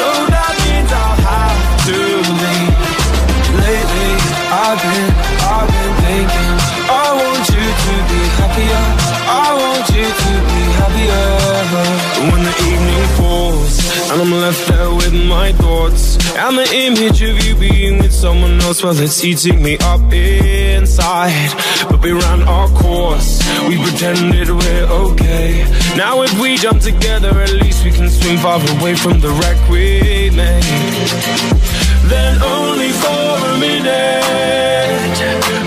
Speaker 17: No, that means I'll have to leave. Lately, I've been, I've been thinking. I want you to be happier. I want you to be happier. When the evening falls, and I'm left there with my thoughts, and the image of you being with someone else, well, it's eating me up inside. But we ran our course, we pretended we're okay. Now if we jump together, at least we can swim far away from the wreck we made then only for a minute.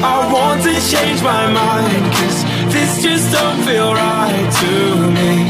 Speaker 17: I want to change my mind, cause this just don't feel right to me.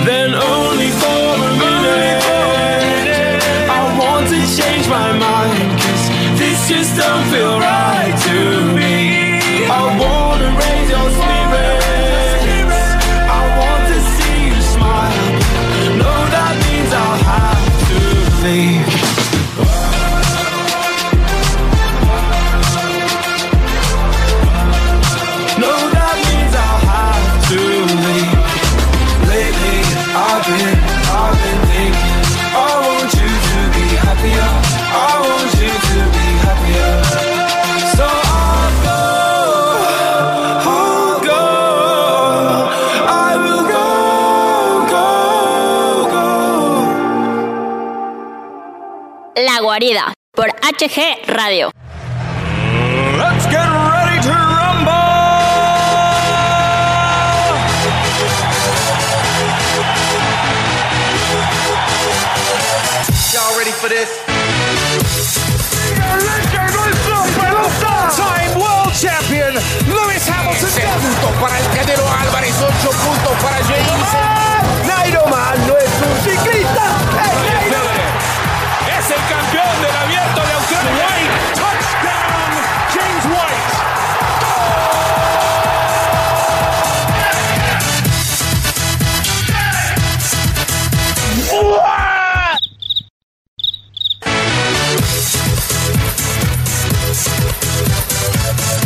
Speaker 17: than only for a minute. I want to change my mind, cause this just don't feel right to me. I wanna raise your spirits. I want to see you smile. No, that means I'll have to leave. No, that means I'll have to leave. Lately, I've been, I've been thinking. I want you to be happier. I want you to be happier. So I'll go, I'll go. I will go, go, go.
Speaker 11: La Guarida por HG Radio.
Speaker 17: Let's get ready to rumble!
Speaker 16: Y'all ready for this?
Speaker 17: Time World Champion Lewis Hamilton. puntos para el Canelo Álvarez, 8 puntos para James. Ah, Nairo Man no es un ciclista, es Nairo. Es el campeón del abierto de Australia. White, touchdown, James White.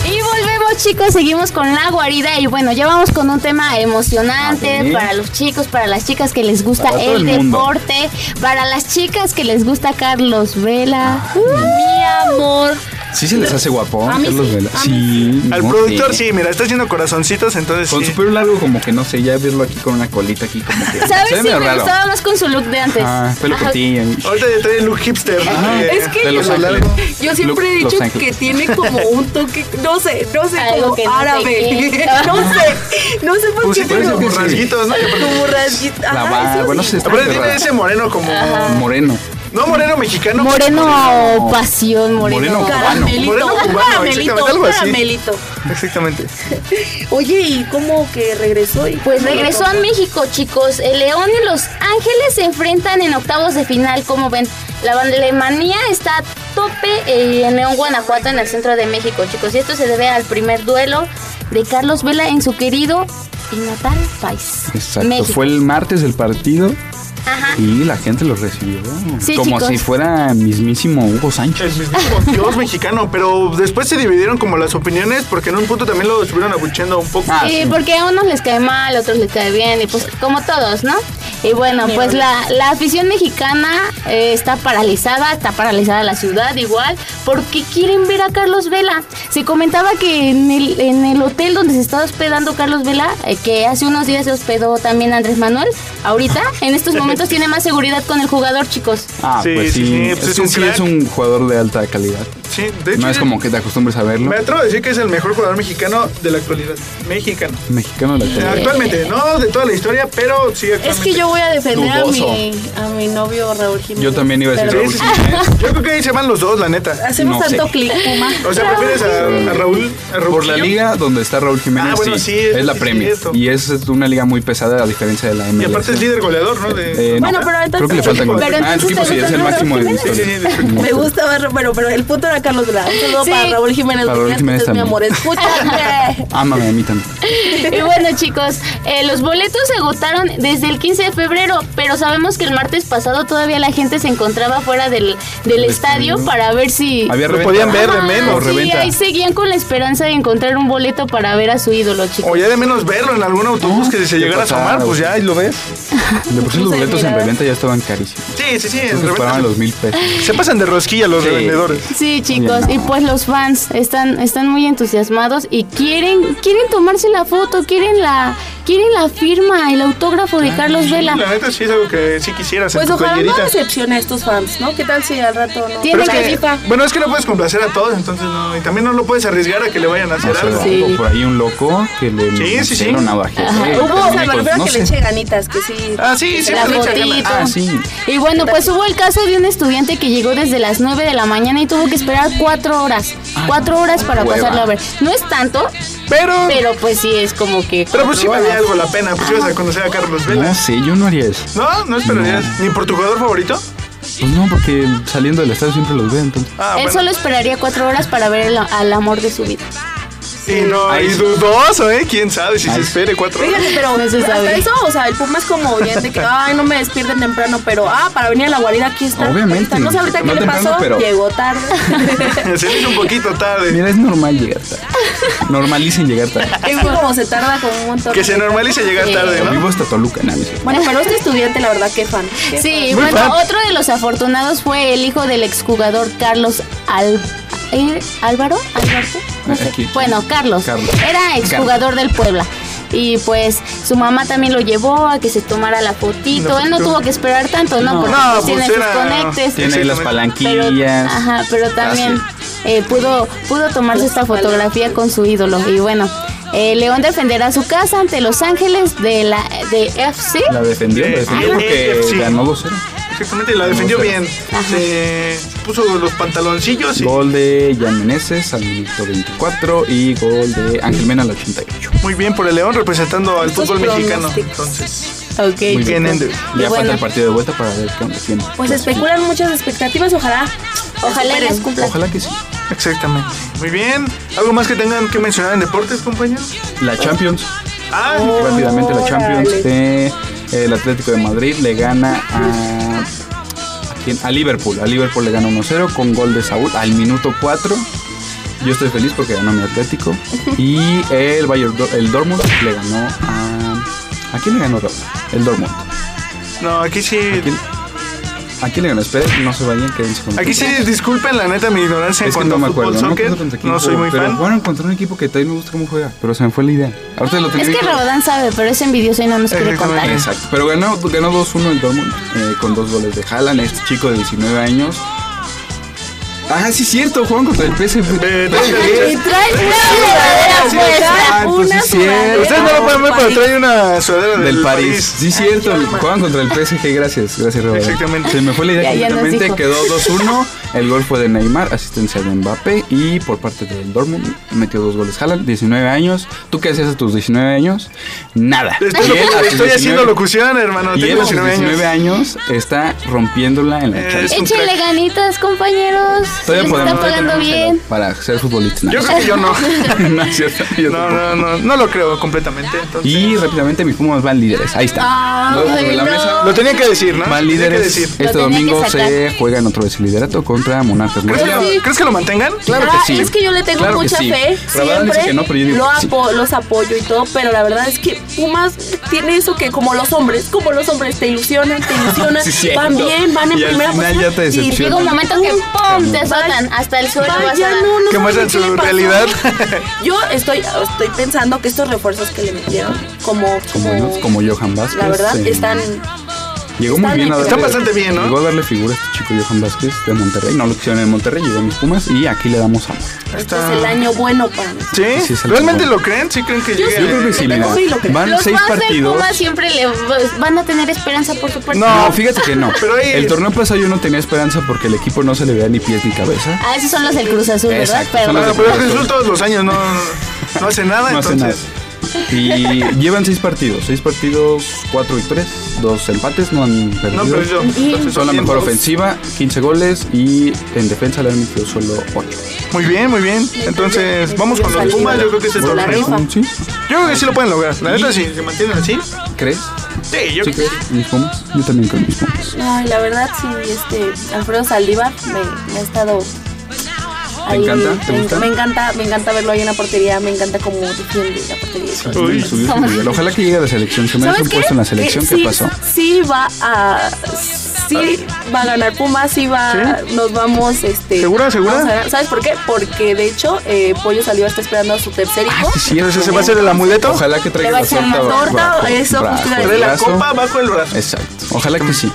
Speaker 7: Y volvemos chicos, seguimos con la guarida y bueno, ya vamos con un tema emocionante
Speaker 11: Ah, sí.
Speaker 7: para los chicos, para las chicas que les gusta
Speaker 11: Para todo
Speaker 7: el,
Speaker 11: el mundo.
Speaker 7: deporte, para las chicas que les gusta Carlos Vela. Uh, Mi amor.
Speaker 2: Ah, Sí se les hace guapo,
Speaker 7: A mí
Speaker 2: Carlos
Speaker 7: sí,
Speaker 2: Vela. Sí.
Speaker 6: Al
Speaker 2: no
Speaker 6: productor
Speaker 2: sé.
Speaker 6: sí, mira, está haciendo corazoncitos, entonces
Speaker 2: Con
Speaker 6: sí.
Speaker 2: su pelo largo como que no sé, ya verlo aquí con una colita aquí como que...
Speaker 7: ¿Sabes?
Speaker 2: se ve
Speaker 7: Sí,
Speaker 2: medio
Speaker 7: me
Speaker 2: raro.
Speaker 7: gustaba más con su look de antes.
Speaker 2: Ah, pelo
Speaker 7: Ajá.
Speaker 2: cortillo.
Speaker 6: Ahorita ya trae el look hipster. ¿no?
Speaker 2: Ajá.
Speaker 6: De-
Speaker 8: Es que
Speaker 2: de
Speaker 8: yo,
Speaker 2: Los Ángeles.
Speaker 8: yo siempre he
Speaker 2: Look, Los
Speaker 8: dicho que
Speaker 2: Ángeles.
Speaker 8: tiene como un toque, no sé, no sé,
Speaker 7: Algo
Speaker 8: como
Speaker 7: que no sé
Speaker 8: árabe.
Speaker 7: qué.
Speaker 8: No sé, no sé por
Speaker 2: Pues
Speaker 8: qué.
Speaker 2: sí, parece
Speaker 8: pero-
Speaker 2: como rasguitos, ¿no?
Speaker 8: Como rasguitos.
Speaker 2: La
Speaker 8: ajá,
Speaker 2: barba,
Speaker 8: eso
Speaker 2: bueno,
Speaker 8: sí.
Speaker 2: se está
Speaker 6: Aparte
Speaker 2: medio
Speaker 6: tiene
Speaker 2: raro.
Speaker 6: ese moreno como...
Speaker 2: Moreno.
Speaker 6: No, moreno mexicano.
Speaker 7: Moreno pasión, moreno.
Speaker 6: Moreno cubano.
Speaker 8: Caramelito,
Speaker 6: Moreno
Speaker 8: un
Speaker 6: cubano,
Speaker 8: caramelito,
Speaker 6: exactamente,
Speaker 8: un
Speaker 6: algo así.
Speaker 8: caramelito.
Speaker 6: Exactamente.
Speaker 8: Oye, ¿y cómo que regresó? Y
Speaker 7: Pues regresó a México, chicos. El León y Los Ángeles se enfrentan en octavos de final, como ven. La Alemanía está a tope eh, en León, Guanajuato, en el centro de México, chicos. Y esto se debe al primer duelo de Carlos Vela en su querido y natal país.
Speaker 2: Exacto,
Speaker 7: México.
Speaker 2: fue el martes del partido
Speaker 7: Ajá.
Speaker 2: y la gente lo recibió.
Speaker 7: Sí,
Speaker 2: como
Speaker 7: chicos.
Speaker 2: si fuera mismísimo Hugo Sánchez.
Speaker 6: Dios mexicano, pero después se dividieron como las opiniones porque en un punto también lo estuvieron abucheando un poco.
Speaker 7: Ah, Sí, porque a unos les cae mal, a otros les cae bien, y pues como todos, ¿no? Y bueno, pues la, la afición mexicana eh, está paralizada, está paralizada la ciudad igual, porque quieren ver a Carlos Vela. Se comentaba que en el, en el hotel donde se está hospedando Carlos Vela, eh, que hace unos días se hospedó también Andrés Manuel, ahorita, en estos momentos tiene más seguridad con el jugador, chicos.
Speaker 2: Ah,
Speaker 6: Sí,
Speaker 2: pues sí.
Speaker 6: sí, sí, pues
Speaker 2: es,
Speaker 6: es
Speaker 2: que
Speaker 6: un
Speaker 2: sí
Speaker 6: crack.
Speaker 2: es un jugador de alta calidad.
Speaker 6: Sí, de hecho,
Speaker 2: no es
Speaker 6: ya-
Speaker 2: como que te acostumbres a verlo.
Speaker 6: Me atrevo a decir que es el mejor jugador mexicano de la actualidad. Mexicano.
Speaker 2: Mexicano de la calidad.
Speaker 6: Actualmente, no de toda la historia, pero sí
Speaker 8: Es
Speaker 6: actualmente.
Speaker 8: que yo voy a defender a
Speaker 2: Dudoso.
Speaker 8: mi, a mi novio Raúl Jiménez.
Speaker 2: Yo también iba a decir
Speaker 8: Pero-
Speaker 2: Raúl Jiménez.
Speaker 6: Yo creo que ahí se van los dos, la neta.
Speaker 8: Hacemos
Speaker 2: No sé.
Speaker 8: tanto clic, Puma.
Speaker 6: O sea, prefieres a, a Raúl. A Raúl
Speaker 2: Por la
Speaker 6: Gil?
Speaker 2: liga donde está Raúl Jiménez,
Speaker 6: Ah, bueno,
Speaker 2: sí,
Speaker 6: sí,
Speaker 2: es la
Speaker 6: sí,
Speaker 2: Premier.
Speaker 6: cierto.
Speaker 2: Y es una liga muy pesada a diferencia de la MLS.
Speaker 6: Y aparte es líder goleador, ¿no? De...
Speaker 2: Eh, no,
Speaker 8: Bueno, pero entonces-
Speaker 2: creo que le faltan goles.
Speaker 8: Pero
Speaker 2: Ah, el
Speaker 8: entonces
Speaker 2: equipo
Speaker 8: te
Speaker 2: sí es
Speaker 8: gusta
Speaker 2: el
Speaker 8: Raúl
Speaker 2: máximo de
Speaker 6: Sí, sí,
Speaker 2: historia.
Speaker 6: sí.
Speaker 8: Me gusta más, bueno, pero el punto era Carlos Vela. Un saludo
Speaker 7: Sí.
Speaker 8: para Raúl Jiménez.
Speaker 2: Para Raúl
Speaker 8: Jiménez,
Speaker 2: Jiménez
Speaker 8: entonces, mi
Speaker 2: también.
Speaker 8: amor, escúchame.
Speaker 2: Ámame a mí también.
Speaker 7: Y bueno, chicos, eh, los boletos se agotaron desde el 15 de febrero, pero sabemos que el martes pasado todavía la gente se encontraba fuera del, del estadio para ver si.
Speaker 2: Había
Speaker 6: Lo
Speaker 2: reventa.
Speaker 6: podían ver de
Speaker 7: Ajá,
Speaker 6: menos.
Speaker 7: sí, ahí seguían con la esperanza de encontrar un boleto para ver a su ídolo, chicos.
Speaker 6: O ya de menos verlo en algún autobús que se llegara a
Speaker 2: pasaba,
Speaker 6: asomar, pues
Speaker 2: güey.
Speaker 6: ya ahí lo ves.
Speaker 2: De por sí los boletos en reventa ya estaban carísimos.
Speaker 6: Sí, sí, sí.
Speaker 2: Creo
Speaker 6: en
Speaker 2: que
Speaker 6: reventa
Speaker 2: esperaban los mil pesos.
Speaker 6: se- Se pasan de rosquilla los
Speaker 2: Sí.
Speaker 6: revendedores.
Speaker 7: Sí, chicos, y pues los fans están, están muy entusiasmados y quieren, quieren tomarse la foto, quieren la, quieren la firma, el autógrafo de Carlos Vela.
Speaker 6: La neta sí es algo que sí quisieras en
Speaker 8: Pues
Speaker 6: tu
Speaker 8: ojalá no
Speaker 6: playerita.
Speaker 8: decepcione a estos fans, ¿no? ¿Qué tal si al rato no?
Speaker 6: Pero es que- Bueno, es que no puedes complacer a todos, entonces no. Y también no lo puedes arriesgar a que le vayan a hacer
Speaker 2: O sea,
Speaker 6: algo.
Speaker 2: hubo por ahí un loco que le
Speaker 6: Sí, sí, sí.
Speaker 2: metieron navaje.
Speaker 7: Ajá.
Speaker 2: Sí,
Speaker 8: Hubo, o sea, me
Speaker 2: pues,
Speaker 8: refiero
Speaker 2: no
Speaker 8: a que
Speaker 2: sé.
Speaker 8: le eche ganitas, que sí.
Speaker 6: Ah, sí,
Speaker 8: que
Speaker 6: sí,
Speaker 7: las
Speaker 6: le echa
Speaker 7: botito.
Speaker 6: ganas. Ah, sí.
Speaker 7: Y bueno, pues hubo el caso de un estudiante que llegó desde las 9 de la mañana y tuvo que esperar 4 horas. 4 horas para
Speaker 6: Ah, hueva.
Speaker 7: pasarlo a ver. No es tanto,
Speaker 6: pero
Speaker 7: pero pues sí es como que...
Speaker 6: Pero pues sí
Speaker 7: cuatro
Speaker 6: valía
Speaker 7: horas.
Speaker 6: algo la pena, pues ibas a conocer a Carlos Vela.
Speaker 2: No sé, yo no haría eso.
Speaker 6: No, no esperarías. ¿Ni por tu jugador favorito?
Speaker 2: Pues no, porque saliendo del estadio siempre los veo, entonces.
Speaker 6: Ah,
Speaker 7: Él solo esperaría 4 horas para ver el- al amor de su vida.
Speaker 6: Y no, y dudoso, ¿eh? ¿Quién sabe si se espere cuatro horas?
Speaker 8: Fíjate, pero
Speaker 7: No se
Speaker 8: hasta
Speaker 7: sabe.
Speaker 8: eso, o sea, el Puma es como oyente que, ay, no me despierten temprano, pero, ah, para venir a la guarida aquí está.
Speaker 2: Obviamente.
Speaker 8: Está. No sé ahorita
Speaker 2: No
Speaker 8: qué le
Speaker 2: temprano,
Speaker 8: pasó,
Speaker 2: pero-
Speaker 8: llegó tarde.
Speaker 6: pues, Se hizo un poquito tarde.
Speaker 2: Mira, es normal llegar tarde. Normalicen llegar tarde.
Speaker 8: es que como se tarda como un montón.
Speaker 6: Que se normalice llegar
Speaker 8: Sí.
Speaker 6: tarde,
Speaker 2: Yo
Speaker 6: ¿no?
Speaker 2: Vivo hasta Toluca, nada más.
Speaker 8: Bueno, pero este estudiante, la verdad, qué fan. qué
Speaker 7: Sí,
Speaker 8: fan.
Speaker 7: bueno, otro de los afortunados fue el hijo del exjugador Carlos Al- ¿eh? Álvaro. Alberto.
Speaker 2: Aquí.
Speaker 7: Bueno, Carlos.
Speaker 2: Carlos.
Speaker 7: Era exjugador del Puebla. Y pues su mamá también lo llevó a que se tomara la fotito.
Speaker 2: La
Speaker 7: Él no
Speaker 2: fotito.
Speaker 7: tuvo que esperar tanto, ¿no? Porque pues, tiene sus conectes.
Speaker 2: Tiene ahí las
Speaker 7: Pero,
Speaker 2: palanquillas. Ah,
Speaker 7: ajá, pero también eh, pudo, pudo tomarse esta fotografía con su ídolo. Y bueno, eh, León defenderá su casa ante Los Ángeles de la de FC.
Speaker 2: La defendió, la defendió
Speaker 6: Ah,
Speaker 2: porque
Speaker 6: sí.
Speaker 2: ganó 2-0.
Speaker 6: Exactamente, la defendió bien. Se puso los pantaloncillos y
Speaker 2: Gol de Jan Meneses al minuto 24 y gol de Ángel Mena al 88.
Speaker 6: muy bien por el León representando al
Speaker 8: Estos
Speaker 6: fútbol mexicano.
Speaker 8: pronósticos.
Speaker 6: Entonces,
Speaker 8: Ok.
Speaker 2: Muy bien.
Speaker 6: Tienen de-
Speaker 2: Ya
Speaker 8: Y
Speaker 2: falta
Speaker 8: bueno.
Speaker 2: el partido de vuelta para ver qué onda tiene.
Speaker 8: Pues especulan muchas expectativas, ojalá.
Speaker 7: Ojalá
Speaker 8: esperen.
Speaker 7: les cumpla.
Speaker 2: Ojalá que sí.
Speaker 6: exactamente. Muy bien. ¿Algo más que tengan que mencionar en deportes, compañeros?
Speaker 2: La Champions.
Speaker 6: Ah,
Speaker 2: Oh, Rápidamente la Champions eh.
Speaker 6: Órale.
Speaker 2: de el Atlético de Madrid le gana a ¿a quién? a Liverpool. A Liverpool le gana 1-0 con gol de Saúl al minuto 4. Yo estoy feliz porque ganó mi Atlético y el Bayern Dor- el Dortmund le ganó a ¿A quién le ganó Dortmund? El Dortmund.
Speaker 6: No, aquí sí.
Speaker 2: ¿A quién le ganó? Esperen, no se vayan, quédense con
Speaker 6: Aquí sí, disculpen la neta mi ignorancia en
Speaker 2: es que
Speaker 6: cuanto
Speaker 2: no me
Speaker 6: a fútbol
Speaker 2: acuerdo, no, me
Speaker 6: soccer.
Speaker 2: acuerdo contra quién
Speaker 6: No soy
Speaker 2: jugó,
Speaker 6: muy
Speaker 2: pero
Speaker 6: fan.
Speaker 2: Bueno, encontré un equipo que también me gusta cómo juega, pero se me fue la idea. Ahorita lo tengo
Speaker 7: Es que
Speaker 2: ahí.
Speaker 7: Rodán sabe, pero es envidioso y no nos quiere contar.
Speaker 2: Exacto. Pero ganó, ganó 2-1 el Dortmund eh, con dos goles de Haaland, este chico de 19 años. Ah, sí, es cierto, juegan contra el PSV.
Speaker 7: Y trae una
Speaker 6: Sí,
Speaker 7: sudadera
Speaker 2: exacto,
Speaker 7: puesta,
Speaker 2: Ah, pues sí,
Speaker 7: pues, una
Speaker 2: es
Speaker 18: pues,
Speaker 2: cierto.
Speaker 7: sudadera.
Speaker 6: Ustedes no lo pueden ver, pero trae una sudadera
Speaker 2: Del,
Speaker 6: del
Speaker 2: París.
Speaker 6: París.
Speaker 2: Sí, es cierto. Juegan contra el PSG, gracias. Gracias, Roberto.
Speaker 6: Exactamente.
Speaker 2: Se me fue la idea.
Speaker 7: Ya- ya nos
Speaker 2: completamente,
Speaker 7: dijo.
Speaker 2: quedó 2-1. El gol fue de Neymar, asistencia de Mbappé. Y por parte del Dortmund metió dos goles. Haaland, 19 años. ¿Tú qué hacías a tus 19 años? Nada.
Speaker 6: Estoy,
Speaker 2: Y él a sus
Speaker 6: estoy haciendo
Speaker 2: 19
Speaker 6: locución, hermano.
Speaker 2: Y él
Speaker 6: Tengo
Speaker 2: a sus
Speaker 6: 19 años. Eh,
Speaker 2: 19 años está rompiéndola en la Champions.
Speaker 7: Échenle ganitas, compañeros. Se les
Speaker 2: Todavía
Speaker 7: está
Speaker 2: podemos
Speaker 7: pagando bien.
Speaker 2: para ser futbolista.
Speaker 6: Yo creo que yo no.
Speaker 2: no es cierto. yo
Speaker 6: No,
Speaker 2: tampoco.
Speaker 6: no, no, no lo creo completamente. Entonces,
Speaker 2: Y rápidamente mis Pumas van líderes. Ahí está.
Speaker 8: Ah,
Speaker 2: Luego sobre la mesa.
Speaker 6: Lo tenía que decir, ¿no?
Speaker 2: Van
Speaker 6: Lo tenía que
Speaker 2: líderes.
Speaker 6: decir.
Speaker 2: Este domingo se juegan otra vez el liderato contra Monarcas.
Speaker 6: ¿Crees que,
Speaker 2: Morelia.
Speaker 6: lo, crees que lo mantengan?
Speaker 2: Claro
Speaker 8: Ah,
Speaker 2: que sí.
Speaker 8: Es que yo le tengo
Speaker 2: Claro que
Speaker 8: mucha
Speaker 2: sí.
Speaker 8: fe.
Speaker 2: Rabadán dice
Speaker 8: Siempre
Speaker 2: que no, pero yo digo
Speaker 8: lo
Speaker 2: que sí.
Speaker 8: apo- los apoyo y todo, pero la verdad es que Pumas tiene eso que como los hombres, como los hombres, te ilusionan, te ilusionan,
Speaker 2: Sí, cierto.
Speaker 8: van bien, van en
Speaker 2: Y al
Speaker 8: primera
Speaker 2: final
Speaker 8: posición
Speaker 2: ya te
Speaker 8: y
Speaker 2: decepcionan.
Speaker 7: Llega un momento que ¡pum! te azotan hasta el suelo. vas
Speaker 8: Vaya,
Speaker 7: a-
Speaker 8: no, no
Speaker 6: Que
Speaker 8: saben
Speaker 6: muestran
Speaker 8: qué le
Speaker 6: su
Speaker 8: pasó.
Speaker 6: realidad.
Speaker 8: Yo estoy, estoy pensando que estos refuerzos que le metieron, como,
Speaker 2: Como,
Speaker 8: como-
Speaker 2: como Johan Vázquez.
Speaker 8: la verdad,
Speaker 2: eh,
Speaker 8: están este,
Speaker 2: Llegó muy
Speaker 8: están
Speaker 2: bien. a
Speaker 6: Está
Speaker 2: darle-
Speaker 6: bastante bien, ¿no?
Speaker 2: Llegó a darle figura a este chico Johan Vázquez de Monterrey. No lo quisieron en Monterrey, llegó a mis Pumas y aquí le damos amor.
Speaker 8: este es el año bueno para nosotros.
Speaker 6: ¿Sí?
Speaker 2: Sí, es el
Speaker 6: ¿Realmente
Speaker 2: mejor.
Speaker 6: lo creen? ¿Sí creen que
Speaker 8: Yo
Speaker 6: llegue?
Speaker 8: sí.
Speaker 2: Yo creo que sí, mira.
Speaker 8: Sí, lo que-
Speaker 2: Van
Speaker 7: Los
Speaker 2: seis
Speaker 7: fans del
Speaker 2: partidos.
Speaker 7: Pumas siempre le van a tener esperanza por su parte.
Speaker 2: No, fíjate que no.
Speaker 6: Pero ahí-
Speaker 2: El torneo pasado yo no tenía esperanza porque el equipo no se le veía ni pies ni cabeza.
Speaker 7: Ah, esos son los del Cruz Azul, ¿verdad?
Speaker 2: Exacto,
Speaker 7: Pero
Speaker 2: son los del
Speaker 6: Bueno, pero
Speaker 2: Cruz Azul.
Speaker 6: Jesús todos los años no, no hace nada,
Speaker 2: No hace
Speaker 6: entonces.
Speaker 2: nada. Y llevan seis partidos. Seis partidos, cuatro victorias, dos empates. No han perdido.
Speaker 6: No, pero yo. entonces,
Speaker 2: Son la
Speaker 6: bien,
Speaker 2: mejor
Speaker 6: pues.
Speaker 2: ofensiva, 15 goles y en defensa le han metido solo 8.
Speaker 6: Muy bien, muy bien. Entonces, vamos con los Pumas. Yo creo que este
Speaker 2: Bueno,
Speaker 6: torneo. Yo
Speaker 2: ¿Sí?
Speaker 6: creo que sí lo pueden lograr. La neta, sí. ¿Se mantienen así?
Speaker 2: ¿Crees?
Speaker 6: Sí, yo
Speaker 2: ¿Sí
Speaker 6: creo que
Speaker 2: crees?
Speaker 6: sí.
Speaker 2: ¿Mis Pumas? Yo también con mis Pumas.
Speaker 8: Ay, la verdad sí, este Alfredo Saldívar me, me ha estado ahí.
Speaker 2: encanta? ¿Te
Speaker 8: me,
Speaker 2: gusta?
Speaker 8: me encanta, me encanta verlo ahí en la portería, me encanta cómo defiende la portería.
Speaker 2: Subió su nivel. Ojalá que llegue a la selección. Se merece
Speaker 8: ¿Sabes Eh,
Speaker 2: un
Speaker 8: qué?
Speaker 2: puesto en la selección.
Speaker 8: Que
Speaker 2: ¿Qué
Speaker 8: sí,
Speaker 2: pasó?
Speaker 8: Sí va a sí va a ganar Pumas, sí va, nos vamos, este.
Speaker 6: ¿Segura, segura?
Speaker 8: vamos a ganar. ¿Sabes por qué? Porque de hecho, eh, Pollo salió está esperando a su tercer
Speaker 2: Ah,
Speaker 8: hijo.
Speaker 6: Sí, entonces se va a hacer el amuleto.
Speaker 2: Ojalá que
Speaker 8: Le
Speaker 2: traiga
Speaker 8: va a echar
Speaker 2: torta
Speaker 8: una
Speaker 2: bajo-
Speaker 8: torta,
Speaker 2: bajo-
Speaker 8: eso,
Speaker 2: bajo
Speaker 8: justo iba a
Speaker 2: el
Speaker 8: decir.
Speaker 6: La
Speaker 2: brazo.
Speaker 6: copa bajo el brazo.
Speaker 2: Exacto. Ojalá que sí.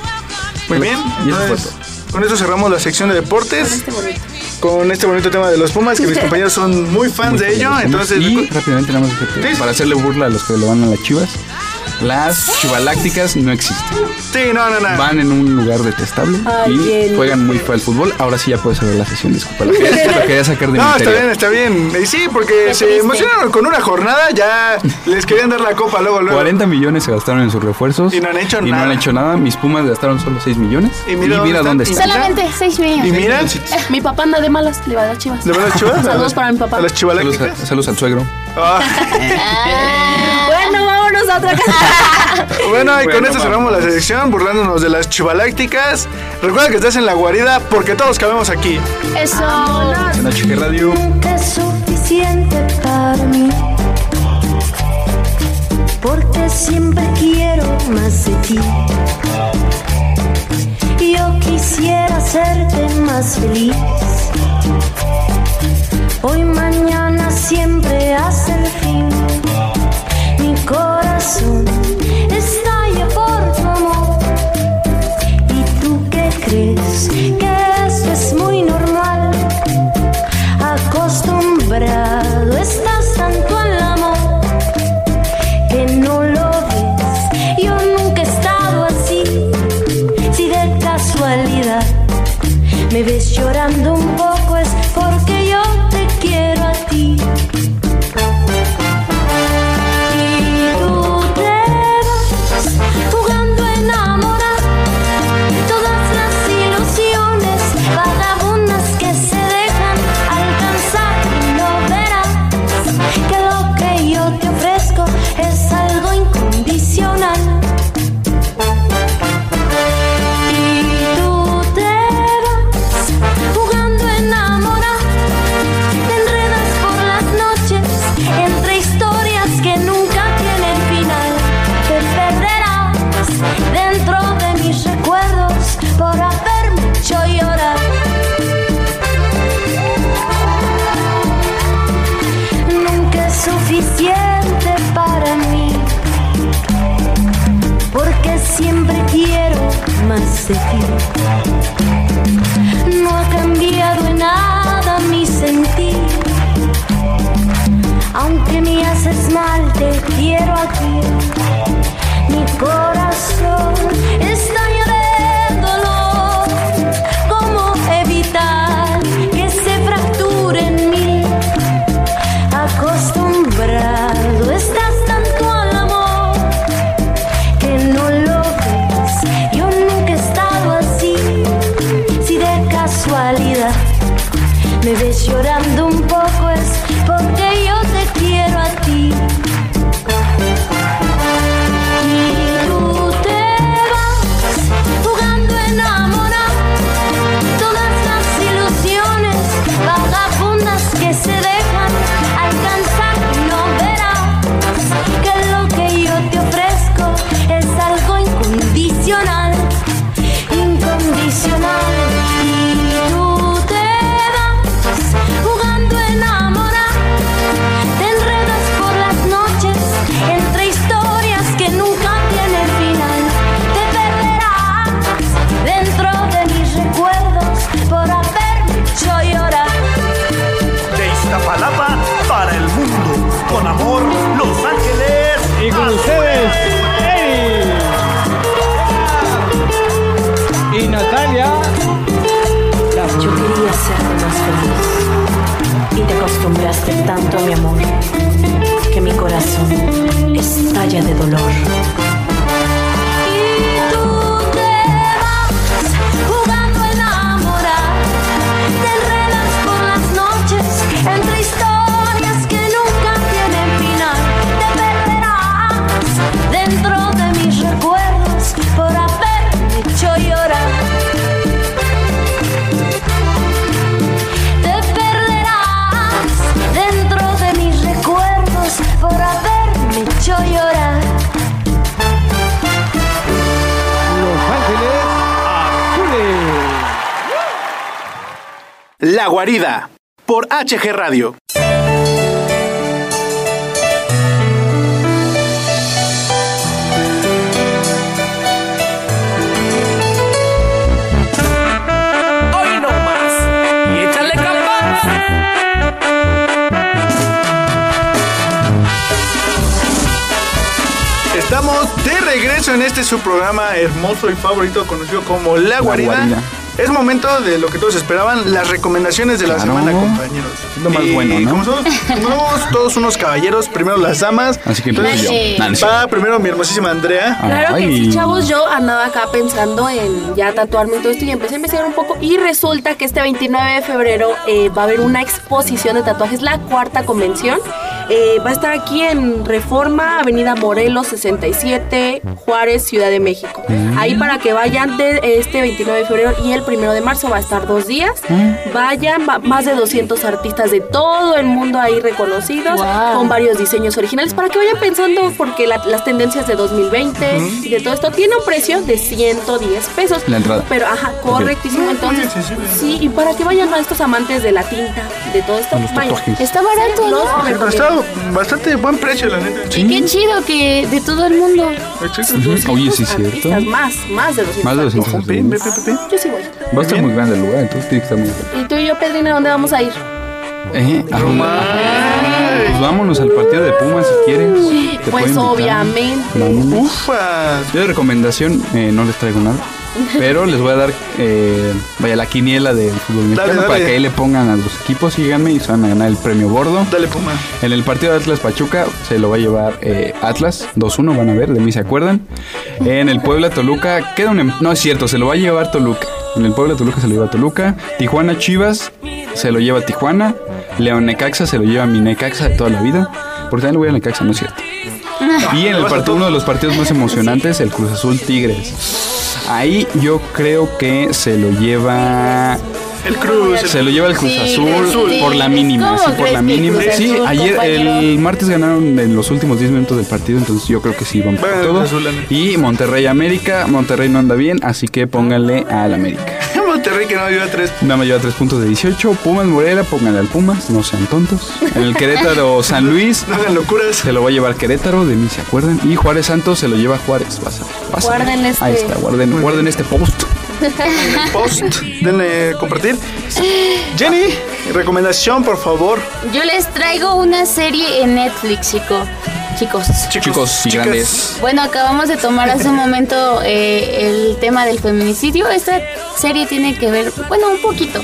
Speaker 6: Muy bien.
Speaker 2: Y eso fue
Speaker 6: entonces, con eso cerramos la sección de
Speaker 8: este
Speaker 6: deportes. Con este bonito tema de los Pumas, que mis compañeros son muy fans de ello. Entonces,
Speaker 2: y rápidamente nada más fíjate, para hacerle burla a los que le van a las chivas. Las chivalácticas no existen.
Speaker 6: Sí, no, no, no.
Speaker 2: Van en un lugar detestable
Speaker 6: Ay,
Speaker 2: y
Speaker 6: bien.
Speaker 2: juegan muy feo al fútbol. Ahora sí ya puedes saber la sesión, disculpa. Lo quería, lo quería sacar de mi
Speaker 6: No, está
Speaker 2: interior.
Speaker 6: bien, está bien. Y sí, porque se emocionaron con una jornada, ya les querían dar la copa luego, luego.
Speaker 2: 40 millones se gastaron en sus refuerzos. Y no han hecho
Speaker 6: nada.
Speaker 2: nada. Mis Pumas gastaron solo 6 millones.
Speaker 6: Y mira dónde están.
Speaker 2: dónde están.
Speaker 7: Solamente 6 millones.
Speaker 2: Y mira.
Speaker 7: Eh, mi papá anda de malas, le va a dar chivas.
Speaker 2: ¿Le va a dar chivas?
Speaker 7: Saludos para mi papá.
Speaker 6: las chivalácticas.
Speaker 2: Saludos, a- saludos al suegro.
Speaker 7: Bueno, vámonos a otra casa.
Speaker 6: Bueno, y con
Speaker 2: Bueno,
Speaker 6: esto cerramos la
Speaker 2: vámonos.
Speaker 6: selección, burlándonos de las chivalácticas. Recuerda que estás en la guarida porque todos cabemos aquí.
Speaker 7: Eso.
Speaker 2: En HG Radio.
Speaker 14: nunca es suficiente para mí. Porque siempre quiero más de ti. Yo quisiera hacerte más feliz. Hoy, mañana, siempre hasta el fin. Mi corazón estalla por tu amor. ¿Y tú qué crees? Que esto es muy normal. Acostumbrado estás tanto al amor que no lo ves. Yo nunca he estado así, si de casualidad me ves llorando un poco es porque yo te quiero a ti. Y tú te vas jugando a enamorar todas las ilusiones vagabundas que se dejan alcanzar y no verás que lo que yo te ofrezco es algo incondicional. Y tú te vas jugando a enamorar, te enredas por las noches entre historias que nunca tienen final. Te perderás dentro de mis recuerdos por haberme hecho llorar. Nunca es suficiente para mí, porque siempre quiero más de ti. No ha cambiado en nada mi sentir, aunque me haces mal, te quiero aquí. Mi corazón estalla de dolor. ¿Cómo evitar que se fracture en mí? Acostumbrado estás tanto al amor que no lo ves. Yo nunca he estado así, si de casualidad me ves llorando un poco es porque yo te quiero a ti. Y tú te vas jugando a enamorar todas las ilusiones vagabundas que se dejan alcanzar y no verás que lo que yo te ofrezco es algo incondicional, incondicional. Y tú te vas jugando a enamorar, te enredas por las noches entre historias que nunca tienen final. Te perderás dentro de mis recuerdos por haberme hecho llorar.
Speaker 19: De Iztapalapa para el mundo. Con amor, Los Ángeles. Y con ustedes,
Speaker 20: Y Natalia. Yo quería hacerte más feliz. Y te acostumbraste tanto a mi amor que mi corazón estalla de dolor.
Speaker 14: Y tú te vas jugando a enamorar. Te enredas por las noches entre historias que nunca tienen final. Te perderás dentro de mis recuerdos por haberme hecho llorar. Te perderás dentro de mis recuerdos por haberme hecho llorar.
Speaker 15: La Guarida por HG Radio.
Speaker 9: Hoy no más. Y échale
Speaker 6: Estamos de regreso en este su programa hermoso y favorito conocido como La Guarida.
Speaker 2: Guarida.
Speaker 6: Es momento de lo que todos esperaban, las recomendaciones de la
Speaker 2: Claro.
Speaker 6: semana, compañeros.
Speaker 2: Es lo más bueno, ¿no?
Speaker 6: Como somos, como somos todos unos caballeros, primero las damas.
Speaker 2: Así que empiezo yo.
Speaker 6: Entonces,
Speaker 2: Nah, no es
Speaker 6: Va primero mi hermosísima Andrea.
Speaker 8: Claro que sí, chavos, yo andaba acá pensando en ya tatuarme y todo esto y empecé a investigar un poco y resulta que este 29 de febrero eh, va a haber una exposición de tatuajes, la cuarta convención. Eh, va a estar aquí en Reforma, Avenida Morelos 67, Juárez, Ciudad de México.
Speaker 14: Mm.
Speaker 8: Ahí para que vayan de este 29 de febrero y el 1 de marzo va a estar dos días. Vayan va- más de 200 artistas de todo el mundo ahí reconocidos con varios diseños originales para que vayan pensando porque la- las tendencias de 2020 y de todo esto tiene un precio de 110 pesos.
Speaker 2: La entrada.
Speaker 8: Pero ajá, correctísimo. Entonces, sí, y para que vayan a estos amantes de la tinta, de todo esto,
Speaker 6: los
Speaker 8: vayan.
Speaker 6: tatuajes.
Speaker 8: Está barato,
Speaker 6: Ah, pero Está bastante buen precio, la neta.
Speaker 7: Qué chido que de todo el mundo.
Speaker 2: Ujú, Oye, sí es cierto. Va
Speaker 8: Más, más de 200.
Speaker 2: Más de 200
Speaker 8: artistas.
Speaker 2: Ve, ve,
Speaker 8: Yo sí voy.
Speaker 2: a estar muy grande el lugar, entonces tiene que estar muy grande.
Speaker 8: ¿Y tú y yo, Pedrina, dónde vamos a ir?
Speaker 2: ¿Eh? Ah, Pues vámonos al partido de Pumas si quieres. Te puedo
Speaker 8: Pues
Speaker 2: invitar.
Speaker 8: obviamente.
Speaker 2: Vámonos. Yo de recomendación eh, no les traigo nada. Pero les voy a dar, eh, vaya, la quiniela del fútbol mexicano
Speaker 6: Dale, dale.
Speaker 2: para que ahí le pongan a los equipos, síganme y se van a ganar el premio Bordo.
Speaker 6: Dale, Puma.
Speaker 2: En el partido de Atlas Pachuca se lo va a llevar eh, Atlas 2-1, van a ver, de mí se acuerdan. En el Puebla Toluca queda un em- no es cierto, se lo va a llevar Toluca. En el Puebla Toluca se lo lleva Toluca, Tijuana Chivas se lo lleva Tijuana, León Necaxa se lo lleva mi Necaxa de toda la vida, porque también lo voy a Necaxa, no es cierto. Y en el partido, uno de los partidos más emocionantes, el Cruz Azul Tigres. Ahí yo creo que se lo lleva.
Speaker 6: El Cruz.
Speaker 2: Se lo lleva el Cruz
Speaker 6: Tigres,
Speaker 2: Azul
Speaker 6: Tigres.
Speaker 2: por la mínima.
Speaker 6: ¿Cómo
Speaker 2: sí, por
Speaker 6: crees
Speaker 2: la
Speaker 6: que
Speaker 2: mínima.
Speaker 6: Cruz
Speaker 2: Sí,
Speaker 6: Azul,
Speaker 2: ayer
Speaker 6: compañero?
Speaker 2: el martes ganaron en los últimos 10 minutos del partido, entonces yo creo que sí van por
Speaker 6: Bueno, el
Speaker 2: todo.
Speaker 6: Cruz Azul, la
Speaker 2: Y Monterrey América. Monterrey no anda bien, así que pónganle al América.
Speaker 6: Monterrey que no lleva tres.
Speaker 2: Nada más lleva 3 puntos de 18. Pumas Morelia, pónganle al Pumas, no sean tontos. En el Querétaro San Luis.
Speaker 6: No hagan locuras.
Speaker 2: Se lo va a llevar Querétaro, de mí se acuerdan. Y Juárez Santos se lo lleva Juárez. Vas a, vas a ver.
Speaker 7: Guarden este.
Speaker 2: Ahí está, guarden, guarden este post.
Speaker 6: Post, denle eh, compartir. Jenny, recomendación, por favor.
Speaker 7: Yo les traigo una serie en Netflix, chico. Chicos.
Speaker 2: Chicos y
Speaker 6: Chicas.
Speaker 2: grandes.
Speaker 7: Bueno, acabamos de tomar hace un momento eh, el tema del feminicidio. Esta serie tiene que ver, bueno, un poquito.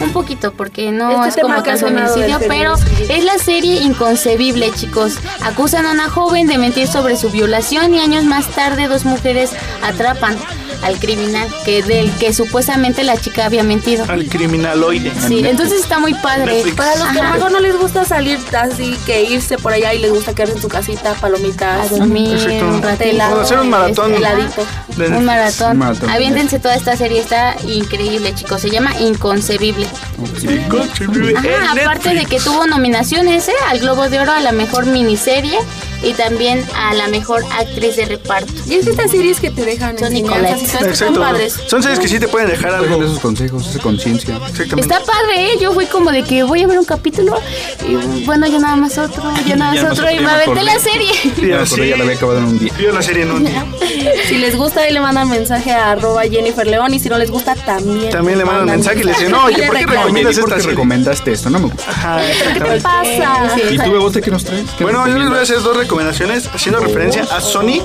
Speaker 7: Un poquito, porque no
Speaker 8: Este
Speaker 7: es como
Speaker 8: tema que
Speaker 7: tal
Speaker 8: ha sonado del
Speaker 7: feminicidio, pero
Speaker 8: feminicidio.
Speaker 7: es la serie inconcebible, chicos. Acusan a una joven de mentir sobre su violación y años más tarde dos mujeres atrapan al criminal que del que supuestamente la chica había mentido.
Speaker 6: Al criminaloide.
Speaker 7: Sí, entonces está muy padre.
Speaker 6: Ah, Netflix.
Speaker 8: Para los que
Speaker 7: Ajá.
Speaker 8: luego no les gusta salir así que irse por allá y les gusta quedarse en su casita, palomitas, mm,
Speaker 7: A dormir,
Speaker 6: Perfecto.
Speaker 7: un ratito. Este,
Speaker 8: Helado,
Speaker 6: O hacer un maratón.
Speaker 8: heladito.
Speaker 6: De-
Speaker 7: Un maratón.
Speaker 6: Maratón.
Speaker 7: Aviéntense toda esta serie, está increíble, chicos. Se llama Inconcebible.
Speaker 6: Inconcebible.
Speaker 7: Ajá,
Speaker 6: En
Speaker 7: aparte de que tuvo nominaciones ¿eh? al Globo de Oro a la mejor miniserie y también a la mejor actriz de reparto.
Speaker 8: Y es estas series que te dejan
Speaker 7: Son
Speaker 8: enseñanzas y todo esto, están padres.
Speaker 6: Son series que sí te pueden dejar algo.
Speaker 2: Déjenle esos consejos, esa conciencia.
Speaker 7: Está padre, ¿eh? Yo fui como de que voy a ver un capítulo y bueno, ya nada más otro, ya nada
Speaker 2: Ya
Speaker 7: más
Speaker 2: no
Speaker 7: otro
Speaker 2: sé,
Speaker 7: y
Speaker 2: ya
Speaker 7: me
Speaker 2: me
Speaker 7: aventé
Speaker 2: acordé.
Speaker 7: la serie.
Speaker 2: Ya me acordé, ya la había acabado en un día.
Speaker 6: Yo la serie en un día.
Speaker 8: Si les gusta, ahí le mandan mensaje a arroba Jennifer León y si no les gusta, también.
Speaker 6: También le mandan mensaje y le dicen, no,
Speaker 8: Y
Speaker 6: oye, ¿por qué
Speaker 8: reclaman.
Speaker 6: recomiendas
Speaker 2: ¿Por
Speaker 6: esta
Speaker 2: qué
Speaker 6: serie?
Speaker 2: recomendaste esto? No me gusta.
Speaker 6: Ajá,
Speaker 8: ¿Qué
Speaker 6: exactamente.
Speaker 8: pasa?
Speaker 2: ¿Y tú, Bebote, qué nos traes? ¿Qué
Speaker 6: Bueno, yo les voy a
Speaker 2: recomiendas?
Speaker 6: hacer dos recomendaciones, haciendo
Speaker 2: Oh.
Speaker 6: referencia a Sonic.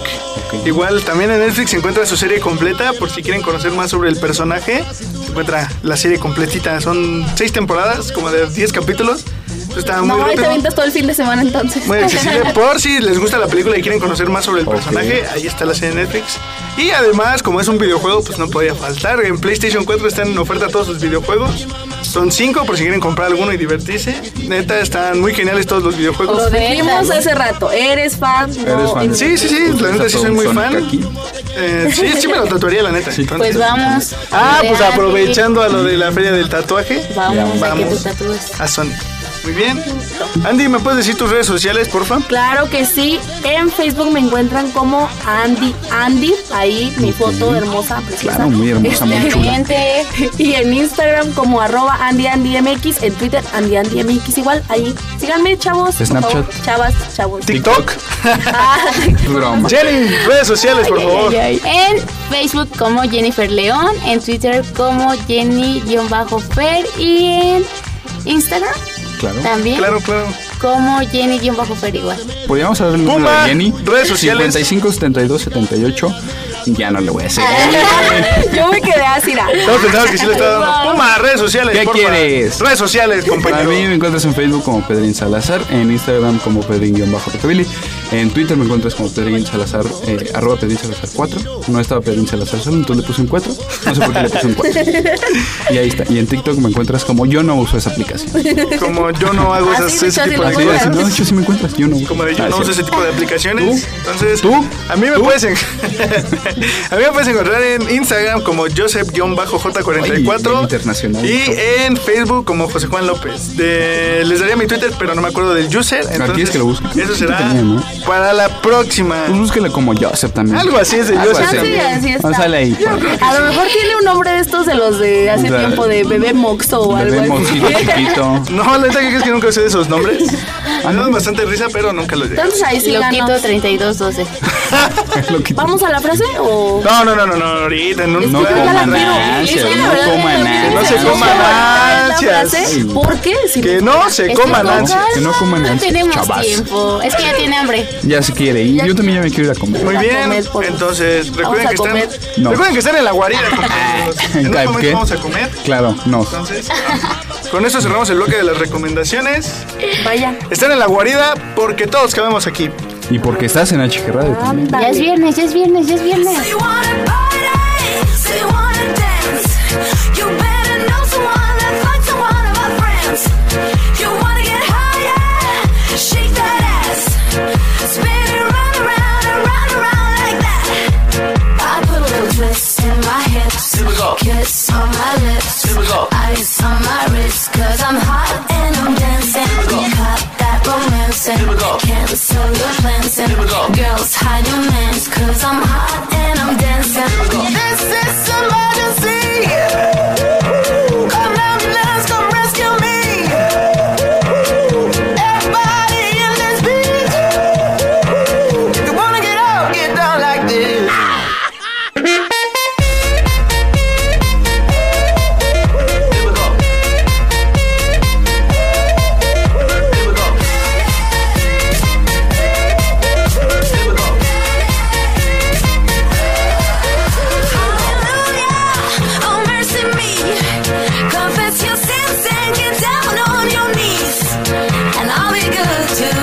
Speaker 6: Igual también en Netflix se encuentra su serie completa, por si quieren conocer más sobre el personaje, se encuentra la serie completita. Son seis temporadas, como de 10 capítulos. Está muy
Speaker 8: No, ahí te
Speaker 6: rápido.
Speaker 8: avientas todo el fin de semana entonces.
Speaker 6: Muy accesible. Por si les gusta la película y quieren conocer más sobre el personaje, ahí está la serie de Netflix. Y además, como es un videojuego, pues no podía faltar. En PlayStation 4 están en oferta todos los videojuegos. Son cinco por si quieren comprar alguno y divertirse. Neta, están muy geniales todos los videojuegos.
Speaker 8: Lo dijimos hace rato. ¿Eres fan?
Speaker 6: Eres fan. pues, Sí, sí, sí, la neta sí soy muy fan. Eh, sí, sí me lo tatuaría, la neta. Entonces-
Speaker 7: Pues vamos.
Speaker 6: Ah, pues
Speaker 7: Real.
Speaker 6: aprovechando a lo de la feria del tatuaje,
Speaker 7: Vamos, a que tú
Speaker 6: vamos
Speaker 7: tatúes.
Speaker 6: a Sonic. Muy bien. Andy, ¿me puedes decir tus redes sociales, porfa?
Speaker 8: Claro que sí. En Facebook me encuentran como Andy Andy. Ahí mi foto hermosa, preciosa.
Speaker 2: Claro, muy hermosa, muy chula.
Speaker 8: Excelente. Y en Instagram como arroba Andy Andy MX. En Twitter Andy Andy MX igual. Ahí. Síganme, chavos. por
Speaker 2: Snapchat.
Speaker 8: favor. Chavas, chavos.
Speaker 6: TikTok.
Speaker 8: Ah,
Speaker 2: Broma.
Speaker 6: Jenny, redes sociales, por favor.
Speaker 7: En Facebook como Jennifer León, en Twitter como Jenny-Fer y en Instagram
Speaker 2: Claro.
Speaker 7: también
Speaker 6: Claro, claro.
Speaker 7: como Jenny-Fer igual.
Speaker 2: Podríamos saber el número
Speaker 6: Pumba,
Speaker 2: de Jenny.
Speaker 6: redes sociales.
Speaker 2: 55 72 78. Ya no le voy a decir.
Speaker 8: Ah. Yo me quedé así. la-
Speaker 6: Todos pensamos que sí le estaba dando. Puma, redes sociales.
Speaker 2: ¿Qué
Speaker 6: porfa.
Speaker 2: quieres?
Speaker 6: Redes sociales,
Speaker 2: A
Speaker 6: compañero.
Speaker 2: mí me encuentras en Facebook como Pedrin Salazar, en Instagram como Pedrin-Rockabilly, en Twitter me encuentras como Pedrin Salazar, eh, arroba Pedrin Salazar 4. No estaba Pedrin Salazar solo, entonces le puse un 4. No sé por qué le puse un 4. Y ahí está. Y en TikTok me encuentras como yo no uso esa aplicación.
Speaker 6: Como yo no hago
Speaker 8: Ah,
Speaker 6: esas,
Speaker 8: sí,
Speaker 6: ese
Speaker 8: muchas
Speaker 6: tipo de
Speaker 2: Así voy a decir,
Speaker 6: actividades.
Speaker 2: no, de hecho sí me encuentras, yo no uso.
Speaker 6: Como de yo
Speaker 2: Ah,
Speaker 6: no
Speaker 2: sí.
Speaker 6: uso ese tipo de aplicaciones. Entonces, a mí me puedes en- a mí me puedes encontrar en Instagram como
Speaker 2: Ay,
Speaker 6: Joseph-J44
Speaker 2: internacional.
Speaker 6: y en Facebook como José Juan López. De- les daría mi Twitter, pero no me acuerdo del user.
Speaker 2: Ah, Aquí
Speaker 6: Entonces,
Speaker 2: es que lo busques.
Speaker 6: Eso será
Speaker 2: Tenía, ¿no?
Speaker 6: para la próxima.
Speaker 2: Pues búsquela como Joseph también.
Speaker 6: Algo así es de
Speaker 2: Algo
Speaker 6: Joseph
Speaker 2: así.
Speaker 6: también.
Speaker 8: Así Ah, está.
Speaker 2: No sale ahí.
Speaker 8: A lo mejor tiene un nombre de estos de los de hace
Speaker 2: De-
Speaker 8: tiempo, de bebé moxo o algo
Speaker 2: Bebé
Speaker 8: así.
Speaker 2: mojito chiquito.
Speaker 6: No, la neta que crees que nunca usé de esos nombres. Me dan bastante risa, pero nunca los llegué.
Speaker 8: Entonces ahí sí
Speaker 7: Loquito
Speaker 8: ganó.
Speaker 7: 3212.
Speaker 8: ¿Vamos a la frase o...?
Speaker 6: No, no, no, no, no, ahorita en un
Speaker 2: No
Speaker 6: Claro.
Speaker 2: coma
Speaker 8: la quiero. Es
Speaker 2: ansias,
Speaker 8: que la
Speaker 2: no
Speaker 8: verdad,
Speaker 2: coma
Speaker 6: Que no se
Speaker 2: ansias.
Speaker 6: coma
Speaker 8: La frase,
Speaker 6: ansias.
Speaker 8: ¿por qué? Si
Speaker 6: Que no se coma ansias.
Speaker 2: Que no coman
Speaker 7: No
Speaker 2: ansias,
Speaker 7: tenemos
Speaker 2: chavas.
Speaker 7: tiempo. Es que ya tiene hambre.
Speaker 2: Ya se quiere ir. Yo también ya me quiero ir a comer.
Speaker 6: Muy
Speaker 8: a
Speaker 6: bien,
Speaker 8: comer, por-
Speaker 6: entonces
Speaker 8: Vamos
Speaker 6: recuerden
Speaker 8: a
Speaker 6: que, están,
Speaker 8: comer.
Speaker 2: No.
Speaker 6: recuerden que están en la guarida, compañeros. En un
Speaker 2: ¿Qué?
Speaker 6: momento vamos a comer.
Speaker 2: Claro, no.
Speaker 6: Entonces, con esto cerramos el bloque de las recomendaciones.
Speaker 8: Vaya.
Speaker 6: Están en la guarida porque todos cabemos aquí.
Speaker 2: Y porque estás en HG Radio también.
Speaker 7: Ya es viernes, ya es viernes, ya es viernes.
Speaker 14: Kiss on my lips, Here we go. ice on my wrist, cause I'm hot and I'm dancing. Here we go. Cut that romance and Here we go. cancel your plans and Here we go. girls hide your mans, cause I'm hot and I'm dancing. Here we go. This is emergency. Come ambulance, come rescue me. Everybody in this beach. If you wanna get out, get down like this. To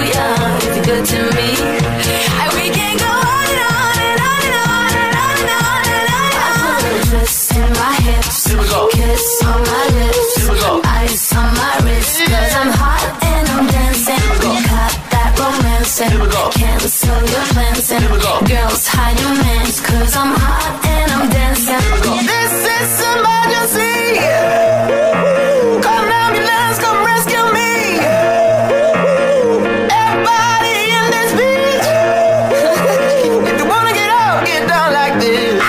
Speaker 14: me, and we can go on and on and on and on and on and on and on. I put a twist in my hips, Here we go. kiss on my lips, Here we go. ice on my wrist, cause I'm hot and I'm dancing. Here we go. Got that romance, Here we go. cancel your plans, and Here we go. girls hide your mans, cause I'm hot and I'm dancing. Here we go. This is emergency. Come ambulance, come rescue me. Everybody in this beach, if you wanna get out, get down like this.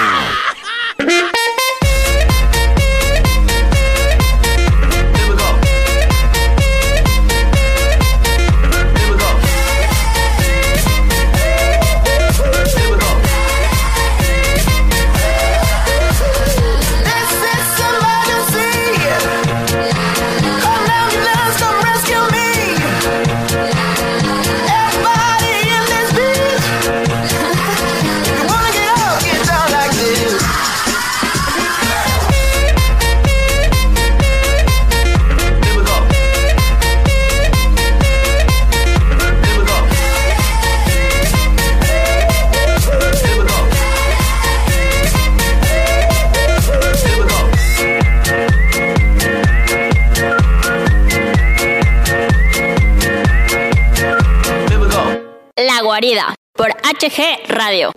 Speaker 5: La Guarida por HG Radio.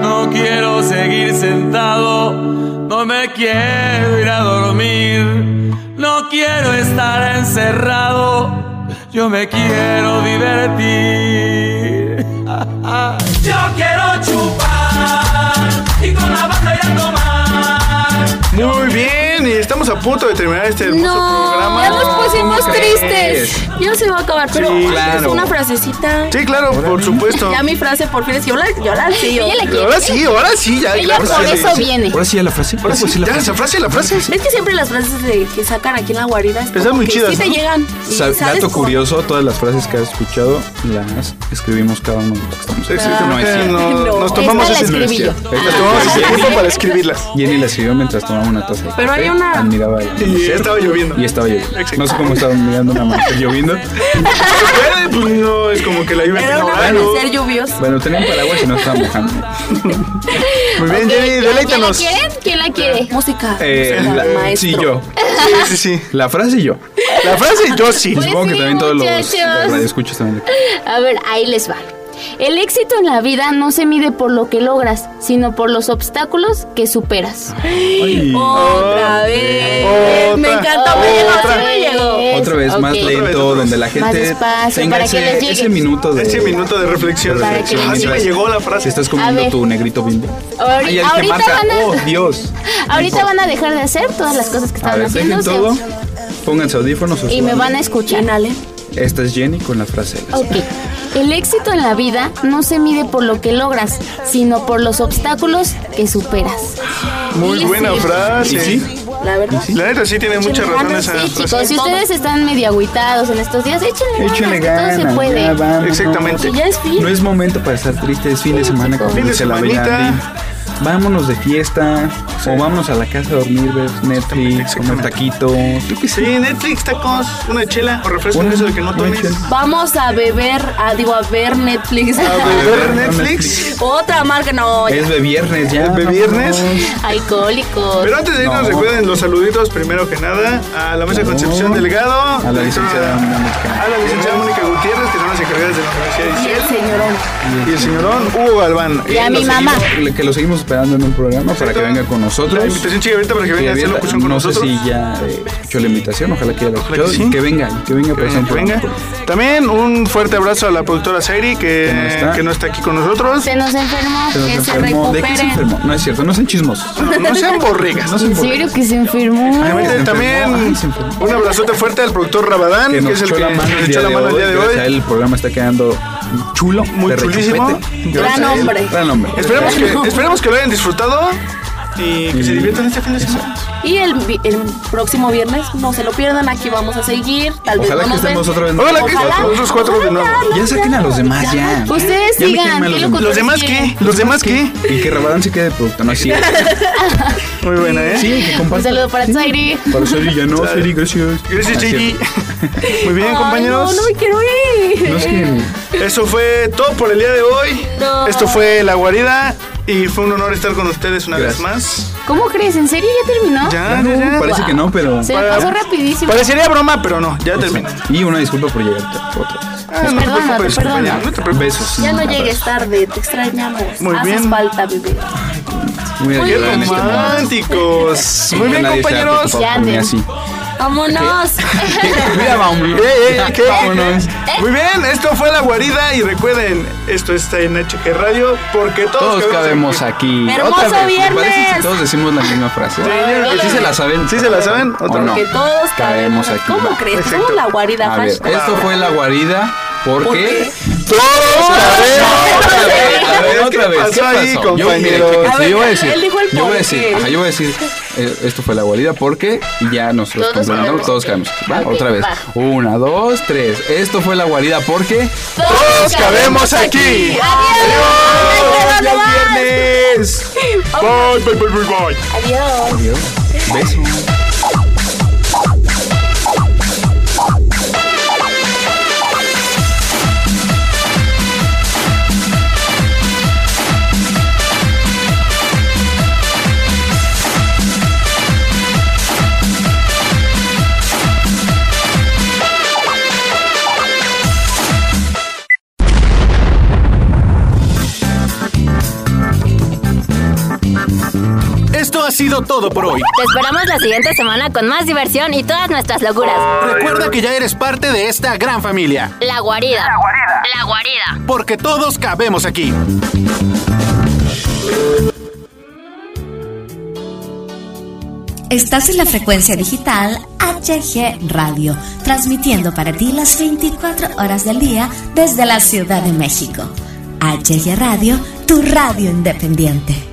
Speaker 21: No quiero seguir
Speaker 18: sentado, no me quiero ir a dormir, no quiero estar encerrado, yo me quiero divertir.
Speaker 9: Yo quiero chupar y con la banda ir a tomar.
Speaker 6: Muy bien, y estamos a punto de terminar este hermoso programa.
Speaker 7: ya nos pusimos
Speaker 6: ¿Cómo
Speaker 7: tristes.
Speaker 6: crees?
Speaker 7: Yo se va a acabar, pero
Speaker 6: Sí,
Speaker 7: es
Speaker 6: claro.
Speaker 7: una frasecita.
Speaker 6: Sí, claro, por supuesto.
Speaker 7: Ya mi frase por fin es que yo la, yo la sigo.
Speaker 6: Ahora sí, ahora sí, ya.
Speaker 7: Ella
Speaker 6: claro,
Speaker 7: por
Speaker 6: sí,
Speaker 7: eso
Speaker 6: sí.
Speaker 7: viene.
Speaker 2: Ahora sí ya la frase.
Speaker 6: Ahora sí, ya, esa frase, la frase.
Speaker 7: Es que siempre las frases de- que sacan aquí en la guarida es
Speaker 2: Están
Speaker 7: como
Speaker 2: muy
Speaker 7: que
Speaker 2: chidas,
Speaker 7: Sí te
Speaker 2: ¿no?
Speaker 7: llegan. y
Speaker 2: Sa-
Speaker 7: sabes
Speaker 2: dato
Speaker 7: cómo-
Speaker 2: curioso, todas las frases que has escuchado las escribimos cada uno de los que estamos.
Speaker 6: Exactamente, Eh, no-
Speaker 7: No. Ah, nos tomamos Esta la ese- escribí yo.
Speaker 2: Esta-
Speaker 6: Nos tomamos ese tiempo para escribirlas.
Speaker 2: Jenny la escribió mientras tomaba una taza. de
Speaker 7: Pero hay
Speaker 2: café,
Speaker 7: una-
Speaker 2: Admiraba el
Speaker 6: Y
Speaker 2: amanecer,
Speaker 6: estaba lloviendo.
Speaker 2: Y estaba lloviendo. No sé cómo estaba mirando una amanecer lloviendo.
Speaker 6: Puede, pues no, es como que la lluvia
Speaker 7: Era
Speaker 6: te
Speaker 7: un
Speaker 6: jala, ¿no?
Speaker 7: amanecer lluvioso.
Speaker 2: Bueno, tenía un paraguas y no estaba mojando.
Speaker 6: Muy bien, Jenny,
Speaker 7: ¿Quién la
Speaker 6: deleítanos.
Speaker 7: quiere? ¿Quién la quiere? Música.
Speaker 2: Eh,
Speaker 7: música,
Speaker 2: la-
Speaker 7: maestro.
Speaker 2: sí, yo.
Speaker 6: Sí, sí, sí.
Speaker 2: La frase y yo.
Speaker 6: La frase yo sí.
Speaker 2: Y Supongo que
Speaker 7: Pues sí,
Speaker 2: también todos los
Speaker 7: muchachos.
Speaker 2: radioescuchas también.
Speaker 7: A ver, ahí les va. El éxito en la vida no se mide por lo que logras, sino por los obstáculos que superas.
Speaker 2: Oh,
Speaker 8: Otra vez. Me encantó, me llegó,
Speaker 7: Otra.
Speaker 8: sí me llegó.
Speaker 2: Otra vez más
Speaker 7: Ok.
Speaker 2: lento, donde la gente
Speaker 7: Más despacio,
Speaker 2: tenga
Speaker 7: para que
Speaker 2: ese,
Speaker 7: les llegue.
Speaker 2: ese minuto de
Speaker 6: Ese minuto de reflexión.
Speaker 7: Para que-
Speaker 6: Así me llegó la
Speaker 2: Si
Speaker 6: frase.
Speaker 2: estás
Speaker 7: A
Speaker 2: comiendo
Speaker 7: ver.
Speaker 2: tu negrito bimbo.
Speaker 7: Ahori-
Speaker 2: Ay, ya dije
Speaker 7: ahorita
Speaker 2: marca.
Speaker 7: van a-
Speaker 2: Oh, Dios.
Speaker 7: Ahorita van a dejar de hacer todas las cosas que
Speaker 2: A
Speaker 7: estaban
Speaker 2: ver, dejen
Speaker 7: haciendo. se-
Speaker 2: todo. Pónganse audífonos. o
Speaker 7: Y me
Speaker 2: suban.
Speaker 7: van a escuchar.
Speaker 2: Esta es Jenny con la frase.
Speaker 7: Ok. El éxito en la vida no se mide por lo que logras, sino por los obstáculos que superas.
Speaker 6: Muy
Speaker 7: Sí,
Speaker 6: buena
Speaker 7: sí.
Speaker 6: frase.
Speaker 2: ¿Y sí?
Speaker 7: La verdad.
Speaker 6: La neta sí tiene mucha razón esa
Speaker 7: Sí,
Speaker 6: frase.
Speaker 7: chicos, si ustedes están medio agüitados en estos días, échenle ganas,
Speaker 2: Échenle
Speaker 7: que todo
Speaker 2: ganas,
Speaker 7: se puede.
Speaker 2: ya, vamos.
Speaker 6: Exactamente.
Speaker 7: Y ya es fin.
Speaker 2: No es momento para estar triste, es fin de semana, como
Speaker 6: Fin de
Speaker 2: dice la
Speaker 6: semanita.
Speaker 2: bella Andy. Vámonos de fiesta, o vámonos a la casa a dormir, ver Netflix, comer taquitos. yo qué sé.
Speaker 6: Sí, Netflix, tacos, una chela o refresco,
Speaker 2: Una-
Speaker 6: eso de que no
Speaker 2: una
Speaker 6: tomes.
Speaker 2: chela.
Speaker 8: Vamos a beber, a- digo, a ver Netflix.
Speaker 6: A beber Netflix.
Speaker 8: Otra marca, no.
Speaker 2: Es de viernes ya.
Speaker 6: De viernes.
Speaker 7: Alcohólicos.
Speaker 6: Pero antes de irnos,
Speaker 2: No.
Speaker 6: recuerden los saluditos primero que nada a la mesa de Concepción Delegado,
Speaker 2: A la licenciada Ana Mezcala.
Speaker 6: a la licenciada Mónica Gutiérrez, que son las encargadas de la Universidad de
Speaker 8: Y el
Speaker 6: Isel,
Speaker 8: señorón.
Speaker 6: y el señorón Hugo Galván.
Speaker 7: Y a
Speaker 2: Lo
Speaker 7: mi mamá.
Speaker 2: seguimos- que lo seguimos esperando en un programa para que venga con nosotros.
Speaker 6: La invitación sigue abierta para que venga a hacer
Speaker 2: abierta-
Speaker 6: locución con
Speaker 2: no
Speaker 6: nosotros.
Speaker 2: sé si ya eh, escuchó la invitación, ojalá que ya lo
Speaker 6: que
Speaker 2: escuchó.
Speaker 6: sí.
Speaker 2: Y que venga, y que venga,
Speaker 6: Que venga, que venga.
Speaker 2: pronto.
Speaker 6: También un fuerte abrazo a la productora Sairi que,
Speaker 2: Que no está.
Speaker 6: que no está aquí con nosotros.
Speaker 7: Se nos enfermó,
Speaker 2: Se nos
Speaker 7: que
Speaker 2: enfermó.
Speaker 7: se
Speaker 2: ¿De qué se
Speaker 7: recuperen.
Speaker 2: enfermó? No es cierto, no sean chismosos.
Speaker 6: No, no sean borregas.
Speaker 2: No se
Speaker 7: ¿En
Speaker 2: enfermó.
Speaker 7: serio que se enfermó?
Speaker 2: Ay, se
Speaker 6: También,
Speaker 2: enfermó. Ay,
Speaker 6: también
Speaker 2: se enfermó.
Speaker 6: un abrazote fuerte al productor Rabadán, que,
Speaker 2: que nos
Speaker 6: es el
Speaker 2: echó
Speaker 6: que
Speaker 2: la mano
Speaker 6: nos echó la mano el día de hoy.
Speaker 2: Gracias a él, el programa está quedando chulo,
Speaker 6: Muy
Speaker 2: de
Speaker 6: chulísimo.
Speaker 2: rechupete.
Speaker 6: Gran
Speaker 2: Gracias a él.
Speaker 8: hombre.
Speaker 2: Gran hombre.
Speaker 6: Esperemos que, esperemos que lo hayan disfrutado y que se diviertan este fin de semana.
Speaker 8: Y el, vi- el próximo viernes, no se lo pierdan, aquí vamos a seguir. Tal vez
Speaker 2: Ojalá
Speaker 8: no
Speaker 2: que
Speaker 8: nos ven.
Speaker 2: estemos otra vez.
Speaker 6: Hola, que
Speaker 8: Ojalá.
Speaker 6: nosotros cuatro de nuevo.
Speaker 2: Ya saquen a los demás, ya.
Speaker 7: Ustedes
Speaker 2: Ya me
Speaker 7: sigan,
Speaker 2: quemé a
Speaker 7: ¿qué
Speaker 2: los
Speaker 7: locutores
Speaker 6: ¿Los demás
Speaker 7: quieren?
Speaker 6: qué? ¿Los demás qué?
Speaker 2: Y que Rabadán se quede de producto, no es cierto.
Speaker 6: Muy buena, ¿eh?
Speaker 2: Sí, que
Speaker 7: Un
Speaker 2: compartan.
Speaker 7: saludo para Zairi.
Speaker 2: Para Seri, ya no, Seri, gracias.
Speaker 6: Gracias,
Speaker 2: Ah,
Speaker 6: JD.
Speaker 2: cierto.
Speaker 6: Muy bien,
Speaker 8: Ay,
Speaker 6: compañeros.
Speaker 8: No, no me quiero ir.
Speaker 2: No es que.
Speaker 6: Eso fue todo por el día de hoy.
Speaker 7: No.
Speaker 6: Esto fue La Guarida y fue un honor estar con ustedes una
Speaker 2: Gracias.
Speaker 6: vez más.
Speaker 7: ¿Cómo crees? ¿En serio ya terminó?
Speaker 6: Ya, ya, ya.
Speaker 2: No, parece que no, pero.
Speaker 7: Se me pasó rapidísimo.
Speaker 6: Parecería broma, pero no, ya terminó.
Speaker 2: Pues Y una disculpa por llegar otra
Speaker 6: Ah, no te
Speaker 7: Perdónate,
Speaker 6: preocupes,
Speaker 7: perdónate.
Speaker 6: compañero, no te
Speaker 2: vez.
Speaker 6: preocupes.
Speaker 2: Besos.
Speaker 8: Ya no
Speaker 2: Abrazos.
Speaker 8: llegues tarde, te extrañamos.
Speaker 6: Muy
Speaker 8: Haces
Speaker 6: bien.
Speaker 8: falta, bebé.
Speaker 2: Muy
Speaker 6: Qué
Speaker 2: agradable en este momento.
Speaker 6: románticos. Muy bien,
Speaker 2: Nadie se ha
Speaker 6: compañeros.
Speaker 2: preocupado por mí
Speaker 7: Ya,
Speaker 2: así.
Speaker 7: Vámonos.
Speaker 2: Mira,
Speaker 6: Eh,
Speaker 2: vámonos.
Speaker 6: eh, eh, ¿qué?
Speaker 2: Vámonos.
Speaker 6: Muy bien, esto fue La Guarida y recuerden, esto está en HG Radio porque todos,
Speaker 2: Todos cabemos aquí.
Speaker 8: Hermoso
Speaker 2: Otra vez,
Speaker 8: viernes.
Speaker 2: Me parece si todos decimos Pues la misma frase.
Speaker 6: Sí, yo creo
Speaker 2: Sí,
Speaker 6: que
Speaker 2: se la saben.
Speaker 6: ¿Sí se la saben?
Speaker 2: ¿O
Speaker 6: Otra
Speaker 2: no?
Speaker 8: Que todos
Speaker 2: Caemos aquí.
Speaker 8: ¿Cómo
Speaker 2: Va.
Speaker 8: crees? Somos
Speaker 6: Perfecto.
Speaker 8: la guarida
Speaker 2: A ver,
Speaker 8: hashtag.
Speaker 2: esto fue la guarida porque.
Speaker 6: Todos
Speaker 2: Otra vez,
Speaker 6: cabemos.
Speaker 2: a ver,
Speaker 6: ¿Qué
Speaker 2: otra vez.
Speaker 6: pasó
Speaker 2: ¿Qué
Speaker 6: ahí,
Speaker 2: pasó? Yo, mire,
Speaker 6: compañeros?
Speaker 2: chequense,
Speaker 8: A ver,
Speaker 2: yo voy a
Speaker 8: él
Speaker 2: decir.
Speaker 8: dijo el
Speaker 2: Yo voy a
Speaker 8: por
Speaker 2: decir.
Speaker 8: qué.
Speaker 2: ajá, yo voy a decir. eh, Esto fue la guarida porque y ya nosotros
Speaker 7: Todos
Speaker 2: complementamos,
Speaker 7: cabemos
Speaker 2: todos
Speaker 7: aquí.
Speaker 2: cabemos. aquí, ¿va?
Speaker 7: Ok,
Speaker 2: Otra vez.
Speaker 7: va.
Speaker 2: Una, dos, tres. Esto fue la guarida porque.
Speaker 6: Todos cabemos aquí.
Speaker 8: Ay,
Speaker 6: Adiós.
Speaker 8: pero no
Speaker 6: Ya
Speaker 8: más.
Speaker 6: viernes. Bye, bye, bye, bye, bye.
Speaker 7: Adiós.
Speaker 2: Besos.
Speaker 15: Esto ha sido todo por hoy.
Speaker 11: Te esperamos la siguiente semana con más diversión y todas nuestras locuras.
Speaker 15: Recuerda que ya eres parte de esta gran familia,
Speaker 11: La guarida. La guarida. La guarida.
Speaker 15: porque todos cabemos aquí.
Speaker 1: Estás en la frecuencia digital HG Radio, transmitiendo para ti las 24 horas del día desde la Ciudad de México. HG Radio, tu radio independiente.